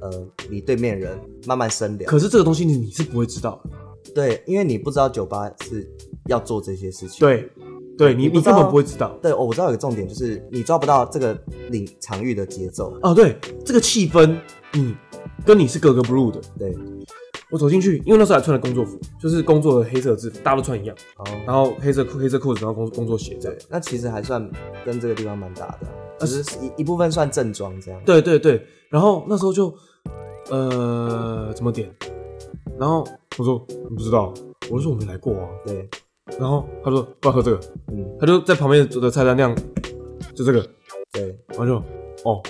[SPEAKER 2] 呃你对面人慢慢深聊。
[SPEAKER 1] 可是这个东西你你是不会知道的，
[SPEAKER 2] 对，因为你不知道酒吧是要做这些事情。
[SPEAKER 1] 对，对你
[SPEAKER 2] 你不
[SPEAKER 1] 你
[SPEAKER 2] 知道
[SPEAKER 1] 根本不会知道。
[SPEAKER 2] 对，哦，我知道有个重点就是你抓不到这个领场域的节奏。
[SPEAKER 1] 哦，对，这个气氛，你跟你是格格不入的。
[SPEAKER 2] 对，
[SPEAKER 1] 我走进去，因为那时候还穿了工作服，就是工作的黑色制服，大家都穿一样，
[SPEAKER 2] 哦，
[SPEAKER 1] 然后黑色裤、黑色裤子，然后工工作鞋这样
[SPEAKER 2] 对。，那其实还算跟这个地方蛮搭的，
[SPEAKER 1] 呃
[SPEAKER 2] 只是一一部分算正装这样。
[SPEAKER 1] 对对对，然后那时候就，呃，怎么点？然后我说我不知道，我就说我没来过啊。
[SPEAKER 2] 对，
[SPEAKER 1] 然后他说不要喝这个，
[SPEAKER 2] 嗯，
[SPEAKER 1] 他就在旁边的菜单那样，就这个，
[SPEAKER 2] 对，
[SPEAKER 1] 然后就哦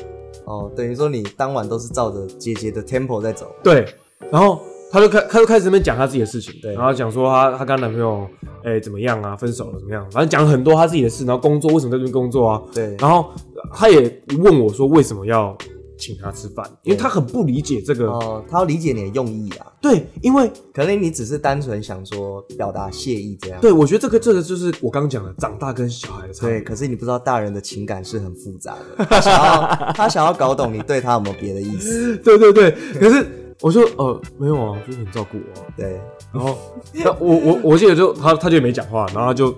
[SPEAKER 2] 哦，等于说你当晚都是照着姐姐的 tempo 在走。
[SPEAKER 1] 对，然后他就开他就开始在那边讲他自己的事情，
[SPEAKER 2] 对
[SPEAKER 1] 然后讲说她她跟她男朋友哎、怎么样啊，分手了怎么样，反正讲了很多她自己的事，然后工作为什么在这边工作啊，
[SPEAKER 2] 对，
[SPEAKER 1] 然后他也问我说为什么要请他吃饭，因为
[SPEAKER 2] 对
[SPEAKER 1] 他很不理解这个，
[SPEAKER 2] 哦，他要理解你的用意啊，
[SPEAKER 1] 对，因为
[SPEAKER 2] 可能你只是单纯想说表达谢意这样。
[SPEAKER 1] 对我觉得这个这个就是我刚讲的长大跟小孩的差
[SPEAKER 2] 对，
[SPEAKER 1] 别，
[SPEAKER 2] 可是你不知道大人的情感是很复杂的，他想要他想要搞懂你对他有没有别的意思。
[SPEAKER 1] 对对对，可是我说呃没有啊，我就是很照顾我啊、
[SPEAKER 2] 对，
[SPEAKER 1] 然后那我我我记得就他他就也没讲话，然后他就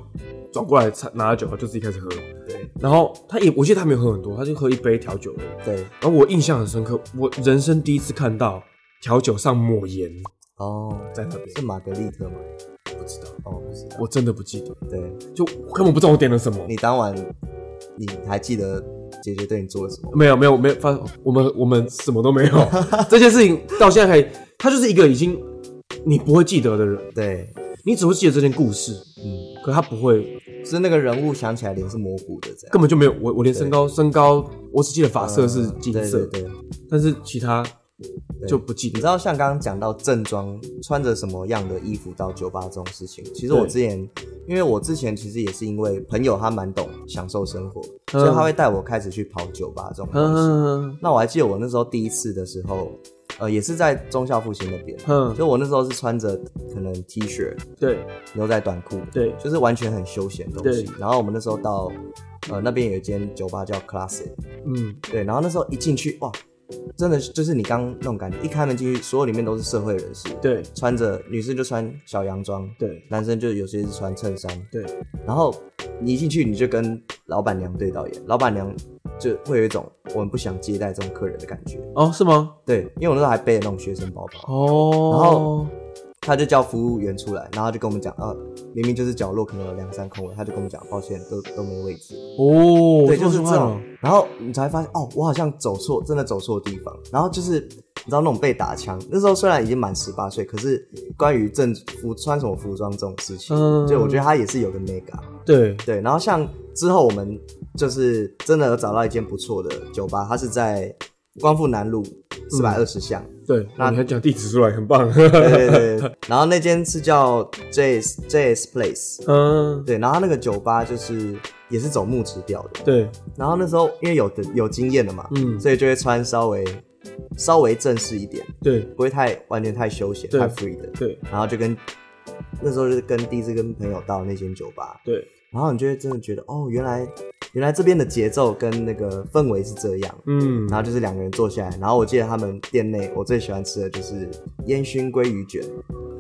[SPEAKER 1] 转过来拿了酒，他就自己开始喝。
[SPEAKER 2] 对，
[SPEAKER 1] 然后他也我记得他没有喝很多，他就喝一杯调酒而已。
[SPEAKER 2] 对，
[SPEAKER 1] 然后我印象很深刻，我人生第一次看到调酒上抹盐
[SPEAKER 2] 哦，
[SPEAKER 1] 在那边，
[SPEAKER 2] 是玛格丽特吗？
[SPEAKER 1] 不知道，
[SPEAKER 2] 哦，不知道。
[SPEAKER 1] 我真的不记得，
[SPEAKER 2] 对，
[SPEAKER 1] 就根本不知道我点了什么。
[SPEAKER 2] 你当晚你还记得姐姐对你做了什么吗？
[SPEAKER 1] 没有没有没有，发我们我们什么都没 有，这件事情到现在还，他就是一个已经你不会记得的人，
[SPEAKER 2] 对，
[SPEAKER 1] 你只会记得这件故事，
[SPEAKER 2] 嗯，
[SPEAKER 1] 可他不会
[SPEAKER 2] 是那个人物想起来脸是模糊的这样。
[SPEAKER 1] 根本就没有，我我连身高身高，我只记得发色是金色，
[SPEAKER 2] 呃嗯对对对
[SPEAKER 1] 但是其他
[SPEAKER 2] 对
[SPEAKER 1] 就不记
[SPEAKER 2] 你
[SPEAKER 1] 得
[SPEAKER 2] 知。道像刚刚讲到正装穿着什么样的衣服到酒吧这种事情，其实我
[SPEAKER 1] 对
[SPEAKER 2] 之前，因为我之前其实也是因为朋友他蛮懂享受生活，所以他会带我开始去跑酒吧这种东西。
[SPEAKER 1] 嗯
[SPEAKER 2] 那我还记得我那时候第一次的时候，呃，也是在中校复兴那边，
[SPEAKER 1] 嗯，
[SPEAKER 2] 所以我那时候是穿着可能 T 恤、
[SPEAKER 1] 对
[SPEAKER 2] 牛仔短裤，
[SPEAKER 1] 对
[SPEAKER 2] 就是完全很休闲的东西
[SPEAKER 1] 对。
[SPEAKER 2] 然后我们那时候到，呃，那边有一间酒吧叫 Classic，
[SPEAKER 1] 嗯
[SPEAKER 2] 对，然后那时候一进去，哇，真的就是你刚那种感觉，一开门进去，所有里面都是社会人士，
[SPEAKER 1] 对
[SPEAKER 2] 穿着女生就穿小洋装，
[SPEAKER 1] 对
[SPEAKER 2] 男生就有些是穿衬衫，
[SPEAKER 1] 对，
[SPEAKER 2] 然后你一进去你就跟老板娘对到眼，老板娘就会有一种我们不想接待这种客人的感觉，
[SPEAKER 1] 哦是吗？
[SPEAKER 2] 对，因为我那时候还背了那种学生包包，然
[SPEAKER 1] 哦
[SPEAKER 2] 后，他就叫服务员出来，然后他就跟我们讲啊，明明就是角落可能有两三空位，他就跟我们讲抱歉，都都没位置，
[SPEAKER 1] 哦，
[SPEAKER 2] 对，就是
[SPEAKER 1] 么
[SPEAKER 2] 这
[SPEAKER 1] 快
[SPEAKER 2] 种
[SPEAKER 1] 吗。
[SPEAKER 2] 然后你才发现，哦，我好像走错，真的走错地方。然后就是你知道那种被打枪，那时候虽然已经满十八岁，可是关于正服穿什么服装这种事情，
[SPEAKER 1] 嗯
[SPEAKER 2] 就我觉得他也是有个 mega。
[SPEAKER 1] 对
[SPEAKER 2] 对，然后像之后我们就是真的有找到一间不错的酒吧，它是在光复南路四
[SPEAKER 1] 嗯
[SPEAKER 2] 百二十巷。
[SPEAKER 1] 对，
[SPEAKER 2] 那
[SPEAKER 1] 那你还讲地址出来，很 棒。
[SPEAKER 2] 对 对对，然后那间是叫 JS JS Place。
[SPEAKER 1] 嗯，
[SPEAKER 2] 对，然后它那个酒吧就是也是走木质调的，
[SPEAKER 1] 对，
[SPEAKER 2] 然后那时候因为有的有经验了嘛，
[SPEAKER 1] 嗯
[SPEAKER 2] 所以就会穿稍微稍微正式一点，
[SPEAKER 1] 对
[SPEAKER 2] 不会太完全太休闲
[SPEAKER 1] 对
[SPEAKER 2] 太 free 的。
[SPEAKER 1] 对
[SPEAKER 2] 然后就跟那时候就是跟第一次跟朋友到那间酒吧，
[SPEAKER 1] 对，
[SPEAKER 2] 然后你就会真的觉得哦，原来原来这边的节奏跟那个氛围是这样。
[SPEAKER 1] 嗯
[SPEAKER 2] 然后就是两个人坐下来，然后我记得他们店内我最喜欢吃的就是烟熏鲑鱼卷，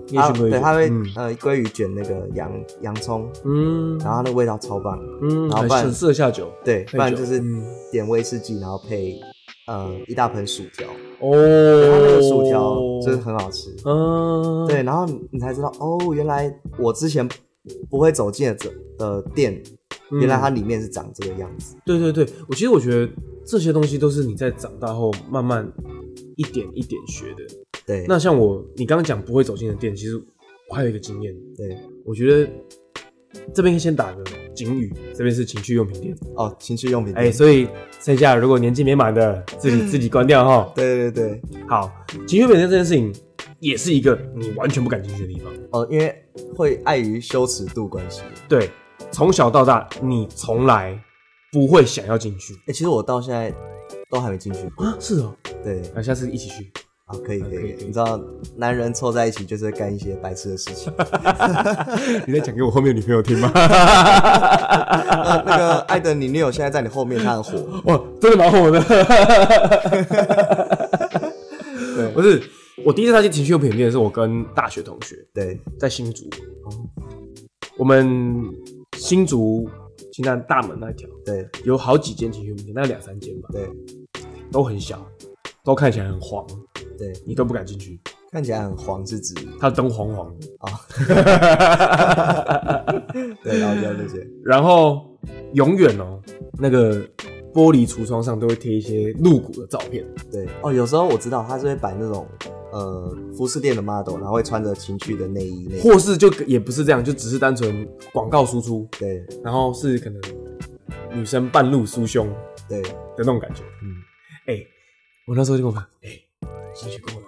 [SPEAKER 1] 也许可以
[SPEAKER 2] 对，他会、
[SPEAKER 1] 嗯
[SPEAKER 2] 呃鲑鱼卷那个洋洋葱，
[SPEAKER 1] 嗯
[SPEAKER 2] 然后它那个味道超棒，
[SPEAKER 1] 嗯，
[SPEAKER 2] 然后
[SPEAKER 1] 很
[SPEAKER 2] 不然
[SPEAKER 1] 很适合下酒。
[SPEAKER 2] 对，
[SPEAKER 1] 配
[SPEAKER 2] 不然
[SPEAKER 1] 酒
[SPEAKER 2] 就是
[SPEAKER 1] 嗯
[SPEAKER 2] 点威士忌，然后配呃一大盆薯条，
[SPEAKER 1] 哦，
[SPEAKER 2] 它那个薯条真的很好吃。
[SPEAKER 1] 嗯，
[SPEAKER 2] 对，然后你才知道哦，原来我之前不会走进的这的店，
[SPEAKER 1] 嗯
[SPEAKER 2] 原来它里面是长这个样子。
[SPEAKER 1] 对对对，我其实我觉得这些东西都是你在长大后慢慢一点一点学的。
[SPEAKER 2] 对，
[SPEAKER 1] 那像我，你刚刚讲不会走进的店，其实我还有一个经验，
[SPEAKER 2] 对
[SPEAKER 1] 我觉得这边先打个警语，这边是情趣用品店，
[SPEAKER 2] 哦，情趣用品
[SPEAKER 1] 哎、
[SPEAKER 2] 店，
[SPEAKER 1] 所以剩下如果年纪没满的，自己自己关掉哈。
[SPEAKER 2] 对对对，
[SPEAKER 1] 好，情趣用品店这件事情也是一个你完全不感兴趣的地方。
[SPEAKER 2] 哦，因为会碍于羞耻度关系。
[SPEAKER 1] 对，从小到大你从来不会想要进去
[SPEAKER 2] 哎、其实我到现在都还没进去过。
[SPEAKER 1] 啊，是哦，
[SPEAKER 2] 对，
[SPEAKER 1] 那下次一起去。
[SPEAKER 2] 啊，可以
[SPEAKER 1] 啊
[SPEAKER 2] 可
[SPEAKER 1] 可以
[SPEAKER 2] 以，
[SPEAKER 1] 可以
[SPEAKER 2] 你知道男人凑在一起就是会干一些白痴的事 情。
[SPEAKER 1] 你在讲给我后面女朋友听吗？
[SPEAKER 2] 那那个艾德你女友现在在你后面，她很火。
[SPEAKER 1] 哇，真的蛮火 的。不是，我第一次踏进情趣用品店是我跟大学同学
[SPEAKER 2] 对，
[SPEAKER 1] 在新竹，我们新竹新南大门那一条
[SPEAKER 2] 对
[SPEAKER 1] 有好几间情趣用品店，大概两三间吧，
[SPEAKER 2] 对
[SPEAKER 1] 都很小，都看起来很黄，
[SPEAKER 2] 对，
[SPEAKER 1] 你都不敢进去，
[SPEAKER 2] 看起来很黄是指
[SPEAKER 1] 它的灯黄黄的。
[SPEAKER 2] 啊 对，然后就那些
[SPEAKER 1] 然后永远哦、那个玻璃橱窗上都会贴一些露骨的照片，
[SPEAKER 2] 对哦，有时候我知道他是会摆那种呃服饰店的 model，然后会穿着情趣的内衣内裤。
[SPEAKER 1] 或是就也不是这样，就只是单纯广告输出，
[SPEAKER 2] 对
[SPEAKER 1] 然后是可能女生半露酥胸的
[SPEAKER 2] 对，
[SPEAKER 1] 那种感觉。
[SPEAKER 2] 嗯
[SPEAKER 1] 哎、我那时候就跟我朋友，哎、进去过了，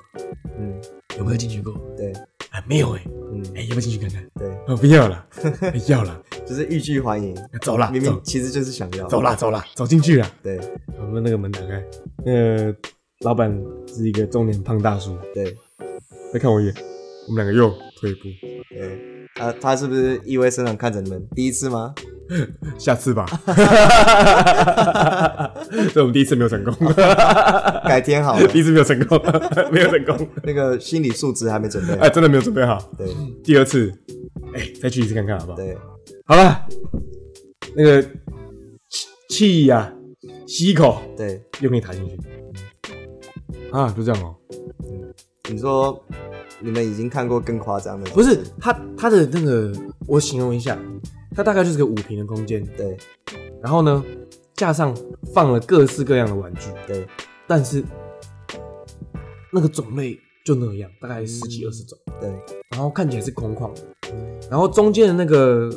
[SPEAKER 2] 嗯
[SPEAKER 1] 有没有进去过？
[SPEAKER 2] 对
[SPEAKER 1] 啊，没有哎、哎、
[SPEAKER 2] 嗯
[SPEAKER 1] 要不要进去看看？
[SPEAKER 2] 对，
[SPEAKER 1] 哦，不要了， 哎要了，
[SPEAKER 2] 就是欲拒还迎，
[SPEAKER 1] 走啦，
[SPEAKER 2] 明
[SPEAKER 1] 走
[SPEAKER 2] 明，其实就是想要
[SPEAKER 1] 走啦，。走啦，走进去了。
[SPEAKER 2] 对
[SPEAKER 1] 我们那个门打开，那个老板是一个中年胖大叔，
[SPEAKER 2] 对
[SPEAKER 1] 再看我一眼，我们两个又退一步，
[SPEAKER 2] 对，啊，他是不是意味深长看着你们？第一次吗？
[SPEAKER 1] 下次吧。 所以我们第一次没有成功，
[SPEAKER 2] 改天好 了
[SPEAKER 1] 第，一次没有成功，没有成功，
[SPEAKER 2] 那个心理素质还没准备
[SPEAKER 1] 哎，
[SPEAKER 2] 好。
[SPEAKER 1] 真的没有准备好。
[SPEAKER 2] 对
[SPEAKER 1] 第二次，哎、再去一次看看好不好？
[SPEAKER 2] 对
[SPEAKER 1] 好了，那个气气呀、吸一口
[SPEAKER 2] 对，
[SPEAKER 1] 又给你打进去，啊，就这样哦、
[SPEAKER 2] 你说你们已经看过更夸张的？
[SPEAKER 1] 不是，它它的那个，我形容一下，它大概就是个五平的空间，
[SPEAKER 2] 对
[SPEAKER 1] 然后呢，架上放了各式各样的玩具，
[SPEAKER 2] 对
[SPEAKER 1] 但是那个种类就那样，大概十几二十种，
[SPEAKER 2] 对
[SPEAKER 1] 然后看起来是空旷的，然后中间的那个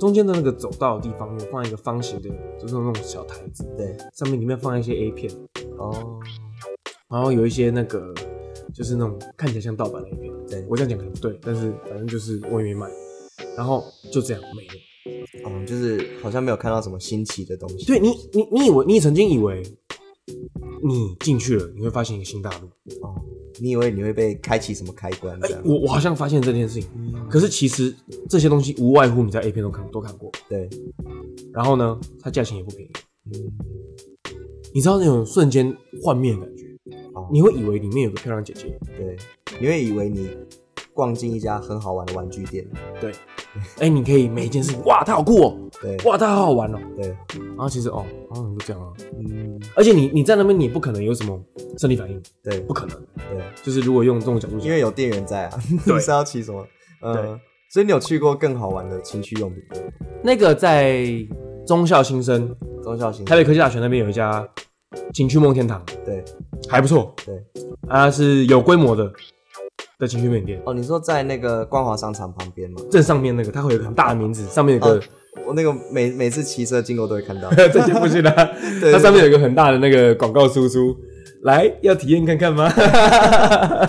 [SPEAKER 1] 中间的那个走道的地方有放一个方形的，就是那种小台子，
[SPEAKER 2] 对，
[SPEAKER 1] 上面里面放一些 A 片，
[SPEAKER 2] 哦，
[SPEAKER 1] 然后有一些那个就是那种看起来像盗版的 A 片，
[SPEAKER 2] 对，
[SPEAKER 1] 我这样讲可能不对，但是反正就是我也没买，然后就这样没了。
[SPEAKER 2] 哦，就是好像没有看到什么新奇的东西。
[SPEAKER 1] 对你，你你以为你曾经以为你进去了，你会发现一个新大陆。
[SPEAKER 2] 哦，你以为你会被开启什么开关
[SPEAKER 1] 哎、
[SPEAKER 2] 这样？嗯
[SPEAKER 1] 我我好像发现这件事情，可是其实这些东西无外乎你在 A 片都看都看过，
[SPEAKER 2] 对，嗯
[SPEAKER 1] 然后呢，它价钱也不便宜。你知道那种瞬间幻灭的感觉，
[SPEAKER 2] 哦，
[SPEAKER 1] 你会以为里面有个漂亮姐姐，
[SPEAKER 2] 对，你会以为你逛进一家很好玩的玩具店。
[SPEAKER 1] 对，哎、你可以每一件事情，哇，它好酷哦、
[SPEAKER 2] 对
[SPEAKER 1] 哇，它好好玩哦、
[SPEAKER 2] 对，
[SPEAKER 1] 然后其实哦，好像就这样啊。
[SPEAKER 2] 嗯，
[SPEAKER 1] 而且你你在那边你也不可能有什么生理反应，
[SPEAKER 2] 对
[SPEAKER 1] 不可能。
[SPEAKER 2] 对，
[SPEAKER 1] 就是如果用这种角度
[SPEAKER 2] 因
[SPEAKER 1] 讲，
[SPEAKER 2] 为有店员在啊，
[SPEAKER 1] 对
[SPEAKER 2] 你是要骑什么？呃
[SPEAKER 1] 对，
[SPEAKER 2] 所以你有去过更好玩的情趣用品店？
[SPEAKER 1] 那个在中校新生
[SPEAKER 2] 中小型
[SPEAKER 1] 台北科技大学那边有一家情趣梦天堂，
[SPEAKER 2] 对
[SPEAKER 1] 还不错，
[SPEAKER 2] 对，
[SPEAKER 1] 啊是有规模的的情趣用品店。
[SPEAKER 2] 哦，你说在那个光华商场旁边吗？
[SPEAKER 1] 正上面那个它会有一个很大的名字，上面有个、
[SPEAKER 2] 我那个每每次骑车经过都会看到。
[SPEAKER 1] 这就不行了，
[SPEAKER 2] 对
[SPEAKER 1] 它上面有一个很大的那个广告输出，来要体验看看 吗？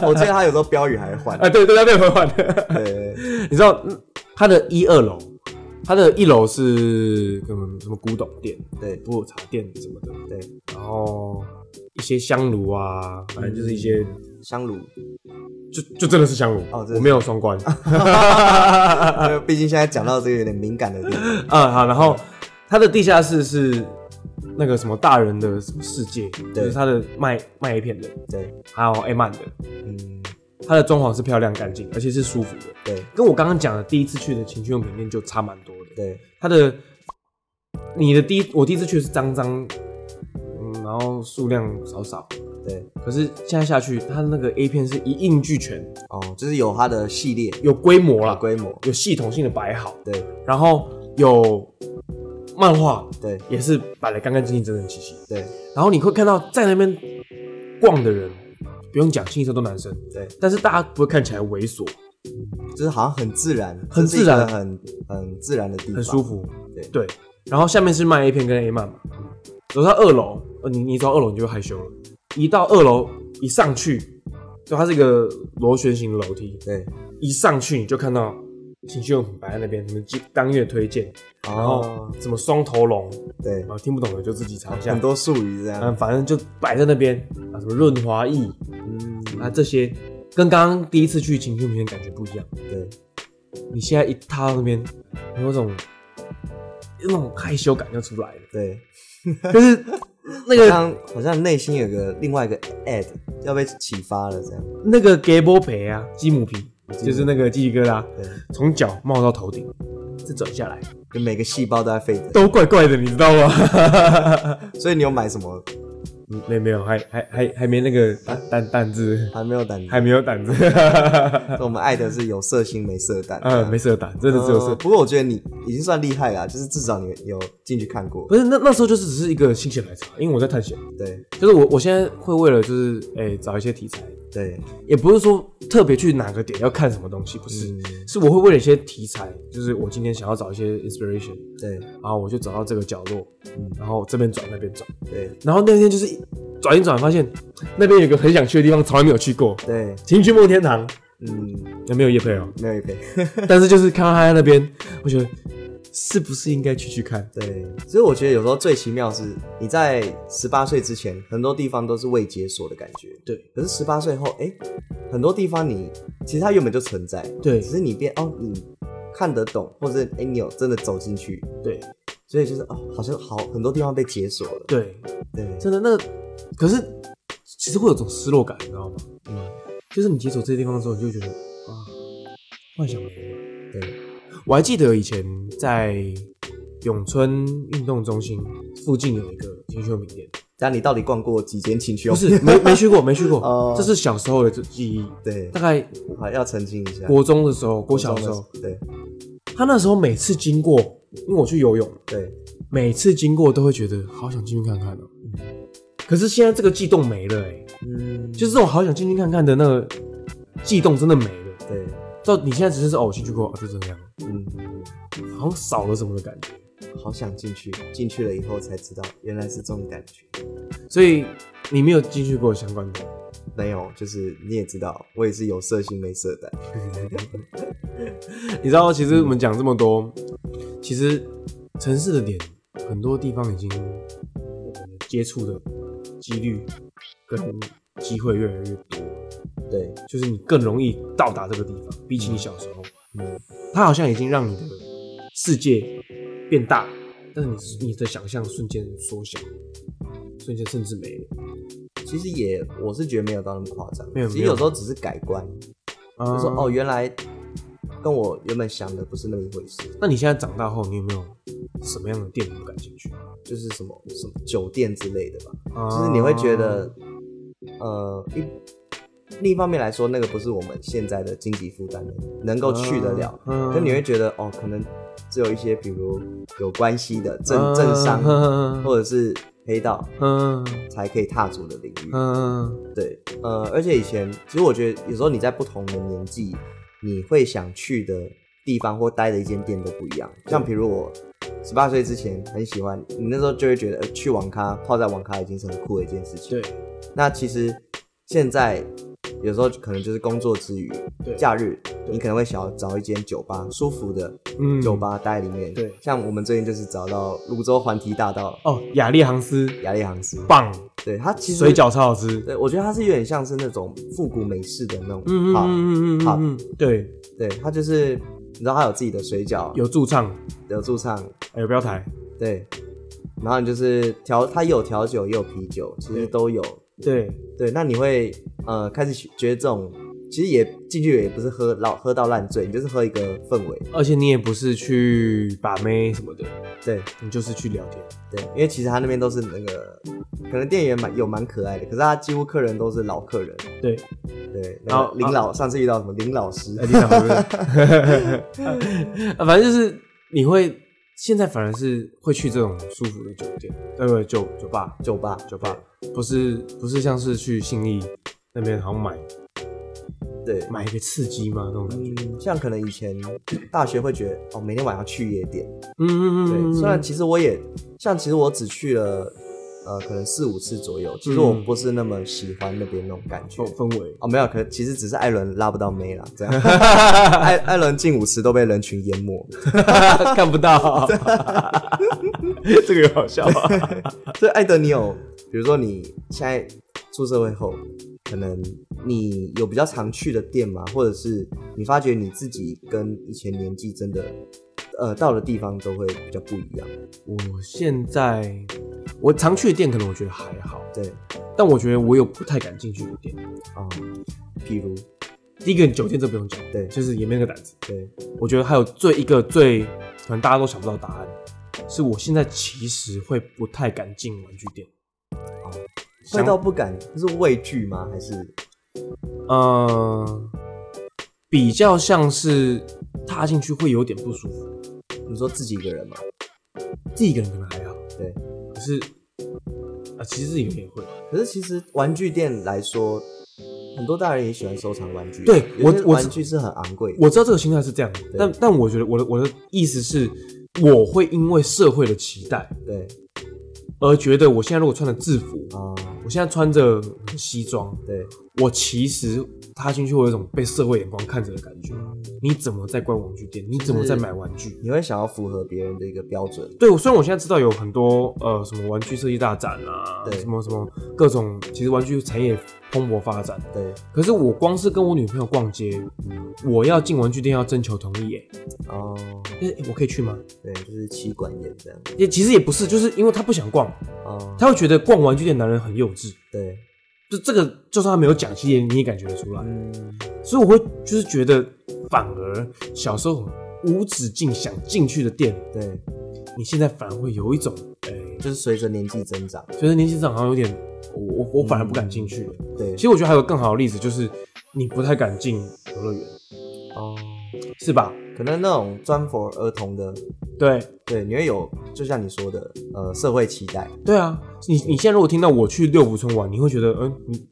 [SPEAKER 2] 我记得他有时候标语还换。
[SPEAKER 1] 啊对对，它被回换的。
[SPEAKER 2] 对
[SPEAKER 1] 你知道嗯它的一二楼，它的一楼是什么什么古董店、
[SPEAKER 2] 对
[SPEAKER 1] 普洱茶店什么的，
[SPEAKER 2] 对，
[SPEAKER 1] 然后一些香炉啊，反正就是一些，
[SPEAKER 2] 香炉，
[SPEAKER 1] 就就真的是香炉。
[SPEAKER 2] 嗯哦真的是
[SPEAKER 1] 我没有双 关。啊
[SPEAKER 2] 呃毕竟现在讲到这个有点敏感的地 方。
[SPEAKER 1] 嗯，好，然后它的地下室是那个什么大人的什么世界，就是它的卖卖 A 片的，
[SPEAKER 2] 对，
[SPEAKER 1] 还有 A 漫的，
[SPEAKER 2] 嗯，
[SPEAKER 1] 它的装潢是漂亮干净，而且是舒服的，
[SPEAKER 2] 对
[SPEAKER 1] 跟我刚刚讲的第一次去的情趣用品店就差蛮多的。
[SPEAKER 2] 对
[SPEAKER 1] 它的你的第一，我第一次去是脏脏，嗯，然后数量少少，
[SPEAKER 2] 对，
[SPEAKER 1] 可是现在下去，它那个 A 片是一应俱全，
[SPEAKER 2] 哦，就是有它的系列
[SPEAKER 1] 有规模
[SPEAKER 2] 有
[SPEAKER 1] 啦，
[SPEAKER 2] 规模。
[SPEAKER 1] 有系统性的摆好，
[SPEAKER 2] 对
[SPEAKER 1] 然后有漫画
[SPEAKER 2] 对
[SPEAKER 1] 也是摆的干干净净、整整齐齐。
[SPEAKER 2] 对
[SPEAKER 1] 然后你会看到在那边逛的人，不用讲，清一色都男生，
[SPEAKER 2] 对，
[SPEAKER 1] 但是大家不会看起来猥琐，
[SPEAKER 2] 就是好像很自然，
[SPEAKER 1] 很
[SPEAKER 2] 这是一
[SPEAKER 1] 自然
[SPEAKER 2] 个很很自然的地方，
[SPEAKER 1] 很舒。服。
[SPEAKER 2] 对
[SPEAKER 1] 对，然后下面是卖 A 片跟 A 漫嘛，走到二楼，呃，你你走到二楼你就会害羞了，一到二楼一上去，就它是一个螺旋形楼梯，
[SPEAKER 2] 对，
[SPEAKER 1] 一上去你就看到情绪用品摆在那边，什么当月推荐，然后
[SPEAKER 2] 哦，
[SPEAKER 1] 什么双头龙，
[SPEAKER 2] 对，
[SPEAKER 1] 啊，听不懂的就自己查一下
[SPEAKER 2] 很。多术语这样。
[SPEAKER 1] 嗯，反正就摆在那边啊，什么润滑液，
[SPEAKER 2] 嗯，
[SPEAKER 1] 啊，这些跟刚刚第一次去情趣片感觉不一样。
[SPEAKER 2] 对，
[SPEAKER 1] 你现在一踏到那边，有种那种害羞感就出来了，
[SPEAKER 2] 对，
[SPEAKER 1] 就是那
[SPEAKER 2] 好
[SPEAKER 1] 个
[SPEAKER 2] 像好像内心有个另外一个 ad 要被启发了，这样。
[SPEAKER 1] 那个 g a b o 皮啊，鸡母皮，
[SPEAKER 2] 母
[SPEAKER 1] 就是那个鸡皮疙瘩
[SPEAKER 2] 对，
[SPEAKER 1] 从脚冒到头顶，再转下来，
[SPEAKER 2] 就每个细胞都在沸腾。
[SPEAKER 1] 都怪怪的，你知道吗？
[SPEAKER 2] 所以你有买什么？
[SPEAKER 1] 没没有，还还还还没那个胆胆胆 子，
[SPEAKER 2] 还没有胆子。
[SPEAKER 1] 还没有 胆子，
[SPEAKER 2] 所以我们爱的是有色心没色胆。
[SPEAKER 1] 呃，没色胆，真的只有色
[SPEAKER 2] 呃。不过我觉得你已经算厉害了啊，就是至少你有进去看过
[SPEAKER 1] 不。是那那时候就是只是一个心血来潮，因为我在探险，
[SPEAKER 2] 对
[SPEAKER 1] 就是我我现在会为了就是哎、找一些题材，
[SPEAKER 2] 对，
[SPEAKER 1] 也不是说特别去哪个点要看什么东西，不是，
[SPEAKER 2] 嗯
[SPEAKER 1] 是我会为了一些题材，就是我今天想要找一些 inspiration，
[SPEAKER 2] 对
[SPEAKER 1] 然后我就找到这个角落，
[SPEAKER 2] 嗯
[SPEAKER 1] 然后这边转那边转，
[SPEAKER 2] 对
[SPEAKER 1] 然后那天就是一转一转发现那边有一个很想去的地方，从来没有去过，
[SPEAKER 2] 对，
[SPEAKER 1] 情趣梦天堂，
[SPEAKER 2] 嗯，
[SPEAKER 1] 有没有叶配哦？
[SPEAKER 2] 没有一杯。
[SPEAKER 1] 但是就是看到他在那边，我觉得是不是应该去去看？
[SPEAKER 2] 对，所以我觉得有时候最奇妙是你在十八岁之前，很多地方都是未解锁的感觉。
[SPEAKER 1] 对
[SPEAKER 2] 可是十八岁后，哎、很多地方你其实它原本就存在，
[SPEAKER 1] 对
[SPEAKER 2] 只是你变哦，你看得懂，或者哎、诶你有真的走进去，
[SPEAKER 1] 对
[SPEAKER 2] 所以就是哦，好像好很多地方被解锁了。
[SPEAKER 1] 对，
[SPEAKER 2] 对，
[SPEAKER 1] 真的那个，可是其实会有种失落感，你知道吗？
[SPEAKER 2] 嗯，
[SPEAKER 1] 就是你解锁这些地方之后，你就觉得啊，幻想没了。
[SPEAKER 2] 对，
[SPEAKER 1] 我还记得以前在永春运动中心附近有一个情趣用品店，
[SPEAKER 2] 但你到底逛过几间情趣
[SPEAKER 1] 不
[SPEAKER 2] 用品？
[SPEAKER 1] 是没没去过，没去过，
[SPEAKER 2] 哦
[SPEAKER 1] 这是小时候的记忆。
[SPEAKER 2] 对
[SPEAKER 1] 大，概
[SPEAKER 2] 好要澄清一下。
[SPEAKER 1] 国中的时候，国小的时候，
[SPEAKER 2] 对
[SPEAKER 1] 他那时候每次经过，因为我去游泳，
[SPEAKER 2] 对
[SPEAKER 1] 每次经过都会觉得好想进去看看哦、可是现在这个悸动没了、欸，
[SPEAKER 2] 嗯，
[SPEAKER 1] 就是这种好想进去看看的那个悸动真的没了。
[SPEAKER 2] 对，
[SPEAKER 1] 到你现在只是说哦，我进去过，哦就这样，
[SPEAKER 2] 嗯，
[SPEAKER 1] 好像少了什么的感觉。
[SPEAKER 2] 好想进去，进去了以后才知道原来是这种感觉。
[SPEAKER 1] 所以你没有进去过相关的，
[SPEAKER 2] 没有，就是你也知道，我也是有色心没色胆。
[SPEAKER 1] 你知道，其实我们讲这么多，其实城市的点很多地方已经我们接触的几率跟机会越来越多，
[SPEAKER 2] 对，
[SPEAKER 1] 就是你更容易到达这个地方，比起你小时候。
[SPEAKER 2] 嗯，
[SPEAKER 1] 它好像已经让你的世界变大，但是你你的想象瞬间缩小，瞬间甚至没了。
[SPEAKER 2] 其实也我是觉得没有到那么夸张，
[SPEAKER 1] 没有
[SPEAKER 2] 其实
[SPEAKER 1] 没有
[SPEAKER 2] 有时候只是改观，
[SPEAKER 1] 啊
[SPEAKER 2] 就说哦，，原来跟我原本想的不是那么一回事，
[SPEAKER 1] 那你现在长大后，你有没有什么样的店你不感兴趣？
[SPEAKER 2] 就是什么什么酒店之类的吧，
[SPEAKER 1] 就
[SPEAKER 2] 就是你会觉得，
[SPEAKER 1] 啊
[SPEAKER 2] 呃，一另一方面来说，那个不是我们现在的经济负担能够去得了，
[SPEAKER 1] 嗯
[SPEAKER 2] 可你会觉得哦，可能只有一些比如有关系的政政商
[SPEAKER 1] 嗯
[SPEAKER 2] 或者是黑道
[SPEAKER 1] 嗯
[SPEAKER 2] 才可以踏足的领域。
[SPEAKER 1] 嗯，
[SPEAKER 2] 对，呃，而且以前其实我觉得有时候你在不同的年纪，你会想去的地方或待的一间店都不一样。像比如我十八岁之前很喜欢，你那时候就会觉得、呃去网咖泡在网咖已经是很酷的一件事情。
[SPEAKER 1] 对，
[SPEAKER 2] 那其实现在有时候可能就是工作之余
[SPEAKER 1] 对，
[SPEAKER 2] 假日你可能会想要找一间酒吧舒服的
[SPEAKER 1] 嗯
[SPEAKER 2] 酒吧待在里面。
[SPEAKER 1] 对
[SPEAKER 2] 像我们最近就是找到泸州环堤大道
[SPEAKER 1] 哦，雅丽航司
[SPEAKER 2] 雅丽航司，
[SPEAKER 1] 棒，
[SPEAKER 2] 对它其实
[SPEAKER 1] 水饺超好吃。
[SPEAKER 2] 对，我觉得它是有点像是那种复古美式的那种
[SPEAKER 1] 嗯
[SPEAKER 2] p
[SPEAKER 1] 嗯
[SPEAKER 2] u
[SPEAKER 1] 嗯嗯嗯嗯，对，
[SPEAKER 2] 对，它就是你知道它有自己的水饺，
[SPEAKER 1] 有驻唱，
[SPEAKER 2] 有驻唱，
[SPEAKER 1] 还有标台，
[SPEAKER 2] 对，然后你就是调，它也有调酒也有啤酒，其
[SPEAKER 1] 对
[SPEAKER 2] 实都有。
[SPEAKER 1] 对，
[SPEAKER 2] 对，那你会呃开始觉得这种其实也进去也不是喝老喝到烂醉，你就是喝一个氛围。
[SPEAKER 1] 而且你也不是去把妹什么的，
[SPEAKER 2] 对
[SPEAKER 1] 你就是去聊天。
[SPEAKER 2] 对，因为其实它那边都是那个，可能店员蛮有蛮可爱的，可是他几乎客人都是老客人。
[SPEAKER 1] 对，
[SPEAKER 2] 对，
[SPEAKER 1] 然
[SPEAKER 2] 然
[SPEAKER 1] 后
[SPEAKER 2] 后林老、上次遇到什么哦哎林老师，
[SPEAKER 1] 呃，你想 不是？啊反正就是你会现在反而是会去这种舒服的酒店，呃，不酒酒吧，
[SPEAKER 2] 酒吧
[SPEAKER 1] 酒吧不是不是像是去信义那边好像买
[SPEAKER 2] 对。
[SPEAKER 1] 买一个刺激嘛那种感觉。
[SPEAKER 2] 嗯，像可能以前大学会觉得哦，每天晚上去夜店。
[SPEAKER 1] 嗯
[SPEAKER 2] 对，
[SPEAKER 1] 嗯嗯，
[SPEAKER 2] 虽然其实我也像，其实我只去了呃，可能四五次左右。其实我不是那么喜欢那边那种感觉。
[SPEAKER 1] 氛氛围，
[SPEAKER 2] 嗯哦，没有，可其实只是艾伦拉不到妹啦，这 样。艾艾伦进舞池都被人群淹没，
[SPEAKER 1] 看不到， 这个有好笑吗？啊
[SPEAKER 2] 所以艾德，你有比如说你现在出社会后，可能你有比较常去的店嘛，或者是你发觉你自己跟以前年纪真的，呃，到的地方都会比较不一样。
[SPEAKER 1] 我现在我常去的店，可能我觉得还好，
[SPEAKER 2] 对，
[SPEAKER 1] 但我觉得我有不太敢进去的店。
[SPEAKER 2] 啊、譬如，
[SPEAKER 1] 第一个酒店这不用讲，
[SPEAKER 2] 对
[SPEAKER 1] 就是也没那个胆子。
[SPEAKER 2] 对，
[SPEAKER 1] 我觉得还有最一个最可能大家都想不到答案，是我现在其实会不太敢进玩具店。
[SPEAKER 2] 会到不敢，是畏惧吗？还是
[SPEAKER 1] 呃，比较像是踏进去会有点不舒服，
[SPEAKER 2] 你说自己一个人嘛？
[SPEAKER 1] 自己一个人可能还好，
[SPEAKER 2] 对，
[SPEAKER 1] 可是啊、其实自己有点会。
[SPEAKER 2] 可是其实玩具店来说，很多大人也喜欢收藏玩具。
[SPEAKER 1] 对
[SPEAKER 2] 有些
[SPEAKER 1] 我我
[SPEAKER 2] 玩具是很昂贵的。
[SPEAKER 1] 我知道这个心态是这样的，但但我觉得我的我的意思是，我会因为社会的期待
[SPEAKER 2] 对
[SPEAKER 1] 而觉得我现在如果穿着制服，
[SPEAKER 2] 啊、
[SPEAKER 1] 我现在穿着西装，
[SPEAKER 2] 对，
[SPEAKER 1] 我其实踏进去会有一种被社会眼光看着的感觉。你怎么在逛玩具店？你怎么在买玩具？
[SPEAKER 2] 你会想要符合别人的一个标准。
[SPEAKER 1] 对，虽然我现在知道有很多呃什么玩具设计大展啊，
[SPEAKER 2] 对
[SPEAKER 1] 什么什么各种，其实玩具产业蓬勃发展。啊
[SPEAKER 2] 对
[SPEAKER 1] 可是我光是跟我女朋友逛街，嗯我要进玩具店要征求同意耶、
[SPEAKER 2] 哦，
[SPEAKER 1] 诶我可以去吗？
[SPEAKER 2] 对，就是妻管严这样。
[SPEAKER 1] 也其实也不是，就是因为她不想逛，
[SPEAKER 2] 哦，
[SPEAKER 1] 她会觉得逛玩具店的男人很幼稚。
[SPEAKER 2] 对，
[SPEAKER 1] 就这个，就算他没有讲，其实你也感觉得出来。
[SPEAKER 2] 嗯，
[SPEAKER 1] 所以我会就是觉得，反而小时候嗯无止境想进去的店，
[SPEAKER 2] 对，
[SPEAKER 1] 你现在反而会有一种，呃、
[SPEAKER 2] 就是随着年纪增长，
[SPEAKER 1] 随着年纪长，好像有点，我我我反而不敢进去了。
[SPEAKER 2] 对
[SPEAKER 1] 其，实我觉得还有更好的例子，就是你不太敢进游乐园，
[SPEAKER 2] 哦，
[SPEAKER 1] 是吧？
[SPEAKER 2] 可能那种专 for 儿童的，
[SPEAKER 1] 对，
[SPEAKER 2] 对，你会有，就像你说的，呃，社会期待，
[SPEAKER 1] 对啊。你你现在如果听到我去六福村玩，你会觉得，嗯、你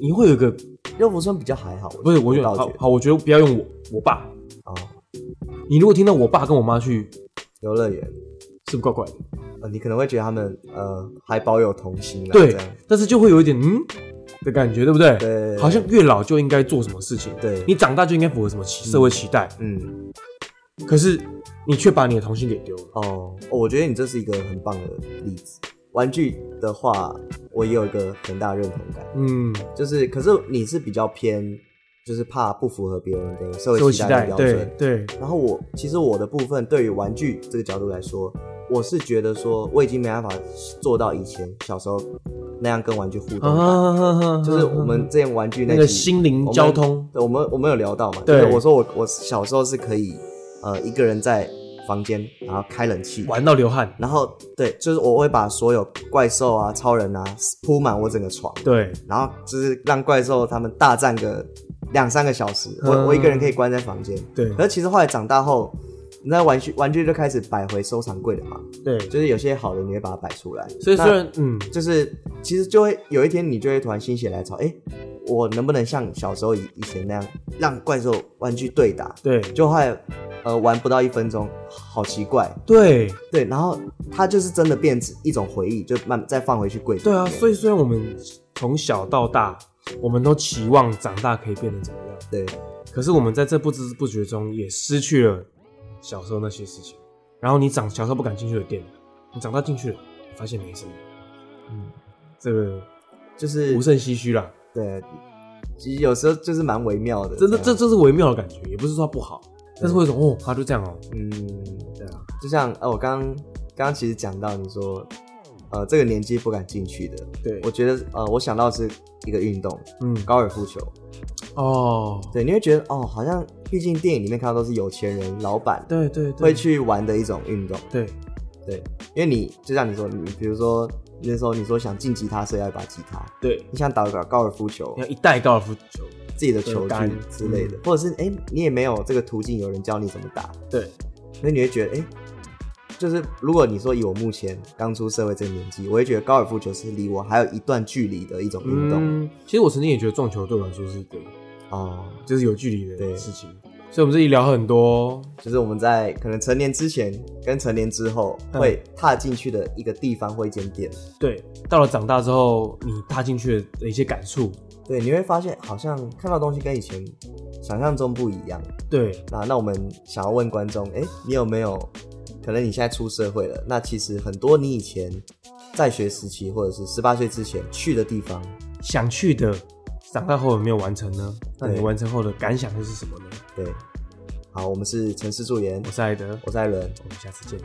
[SPEAKER 1] 你会有一个
[SPEAKER 2] 六福村比较还好，
[SPEAKER 1] 不是？我觉得
[SPEAKER 2] 倒
[SPEAKER 1] 好
[SPEAKER 2] 觉得
[SPEAKER 1] 好，我觉得不要用我我爸。
[SPEAKER 2] 哦，
[SPEAKER 1] 你如果听到我爸跟我妈去，
[SPEAKER 2] 游乐园，
[SPEAKER 1] 是不是怪怪的？
[SPEAKER 2] 呃，你可能会觉得他们呃还保有童心啦，
[SPEAKER 1] 对
[SPEAKER 2] 这样，
[SPEAKER 1] 但是就会有一点嗯的感觉，对不对？
[SPEAKER 2] 对
[SPEAKER 1] 好像越老就应该做什么事情，
[SPEAKER 2] 对
[SPEAKER 1] 你长大就应该符合什么期社会期待，
[SPEAKER 2] 嗯，
[SPEAKER 1] 可是你却把你的童心给丢了。
[SPEAKER 2] 哦，哦我觉得你这是一个很棒的例子。玩具的话，我也有一个很大的认同感，
[SPEAKER 1] 嗯，
[SPEAKER 2] 就是，可是你是比较偏，就是怕不符合别人的社
[SPEAKER 1] 社会
[SPEAKER 2] 会
[SPEAKER 1] 期
[SPEAKER 2] 期待
[SPEAKER 1] 待
[SPEAKER 2] 的，标
[SPEAKER 1] 对
[SPEAKER 2] 准，
[SPEAKER 1] 对，
[SPEAKER 2] 然后我其实我的部分对于玩具这个角度来说，我是觉得说我已经没办法做到以前小时候那样跟玩具互动
[SPEAKER 1] 啊
[SPEAKER 2] 感，就是我们之前玩具
[SPEAKER 1] 那
[SPEAKER 2] 集
[SPEAKER 1] 个心灵
[SPEAKER 2] 我们
[SPEAKER 1] 交通，
[SPEAKER 2] 对，我们我们有聊到嘛？
[SPEAKER 1] 对
[SPEAKER 2] 就是我说我我小时候是可以呃一个人在房间，然后开冷气。
[SPEAKER 1] 玩到流汗，
[SPEAKER 2] 然后对，就是我会把所有怪兽啊、超人啊铺满我整个床，
[SPEAKER 1] 对，
[SPEAKER 2] 然后就是让怪兽他们大战个两三个小时，
[SPEAKER 1] 嗯
[SPEAKER 2] 我我一个人可以关在房间，
[SPEAKER 1] 对
[SPEAKER 2] 可是其实后来长大后，你那玩具玩具就开始摆回收藏柜了嘛，
[SPEAKER 1] 对，
[SPEAKER 2] 就是有些好的你会把它摆出来。
[SPEAKER 1] 所以虽
[SPEAKER 2] 那
[SPEAKER 1] 然嗯，
[SPEAKER 2] 就是其实就会有一天你就会突然心血来潮，哎、我能不能像小时候以以前那样让怪兽玩具对打？
[SPEAKER 1] 对
[SPEAKER 2] 就后来呃玩不到一分钟，好奇怪。
[SPEAKER 1] 对
[SPEAKER 2] 对，然后它就是真的变成一种回忆，就慢再放回去柜子
[SPEAKER 1] 对
[SPEAKER 2] 里
[SPEAKER 1] 啊，
[SPEAKER 2] 面。
[SPEAKER 1] 所以虽然我们从小到大，我们都期望长大可以变成怎么样，
[SPEAKER 2] 对
[SPEAKER 1] 可是我们在这不知不觉中也失去了小时候那些事情。然后你长小时候不敢进去的店，你长大进去了，发现没什么。嗯，这个
[SPEAKER 2] 就是
[SPEAKER 1] 无甚唏嘘啦，
[SPEAKER 2] 对，其实有时候就是蛮微妙的。
[SPEAKER 1] 真的，
[SPEAKER 2] 样
[SPEAKER 1] 这这是微妙的感觉，也不是说它不好，但是会有一种哦，他就这样哦，
[SPEAKER 2] 嗯，
[SPEAKER 1] 对啊，
[SPEAKER 2] 就像呃，我刚刚刚刚其实讲到你说，呃，这个年纪不敢进去的，
[SPEAKER 1] 对
[SPEAKER 2] 我觉得呃，我想到是一个运动，
[SPEAKER 1] 嗯，
[SPEAKER 2] 高尔夫球。
[SPEAKER 1] 哦，
[SPEAKER 2] 对，你会觉得哦，好像毕竟电影里面看到都是有钱人、老板
[SPEAKER 1] 对对对，
[SPEAKER 2] 会去玩的一种运动。
[SPEAKER 1] 对
[SPEAKER 2] 对，因为你就像你说，你比如说那时候你说想进吉他社要一把吉他，
[SPEAKER 1] 对，
[SPEAKER 2] 你想打一把高尔夫球
[SPEAKER 1] 你，要一嗯袋高尔夫球，
[SPEAKER 2] 自己的球
[SPEAKER 1] 杆
[SPEAKER 2] 具之类的，或者是哎、你也没有这个途径，有人教你怎么打，
[SPEAKER 1] 对
[SPEAKER 2] 所以你会觉得，哎、就是如果你说以我目前刚出社会这个年纪，我会觉得高尔夫球是离我还有一段距离的一种运动
[SPEAKER 1] 嗯，其实我曾经也觉得撞球对我来说是一个
[SPEAKER 2] 哦、
[SPEAKER 1] 就是有距离的
[SPEAKER 2] 对
[SPEAKER 1] 事情，所以我们这里聊很多，
[SPEAKER 2] 就是我们在可能成年之前跟成年之后
[SPEAKER 1] 嗯
[SPEAKER 2] 会踏进去的一个地方或一间店，
[SPEAKER 1] 对，到了长大之后，你踏进去的一些感触，
[SPEAKER 2] 对，你会发现好像看到东西跟以前想象中不一样。
[SPEAKER 1] 对
[SPEAKER 2] 那那我们想要问观众，哎、你有没有可能你现在出社会了？那其实很多你以前在学时期或者是十八岁之前去的地方，
[SPEAKER 1] 想去的长大后有没有完成呢？那你
[SPEAKER 2] 对
[SPEAKER 1] 完成后的感想又是什么呢？
[SPEAKER 2] 对，好，我们是城市助研
[SPEAKER 1] 我，是艾德，
[SPEAKER 2] 我是艾伦，
[SPEAKER 1] 我们下次见。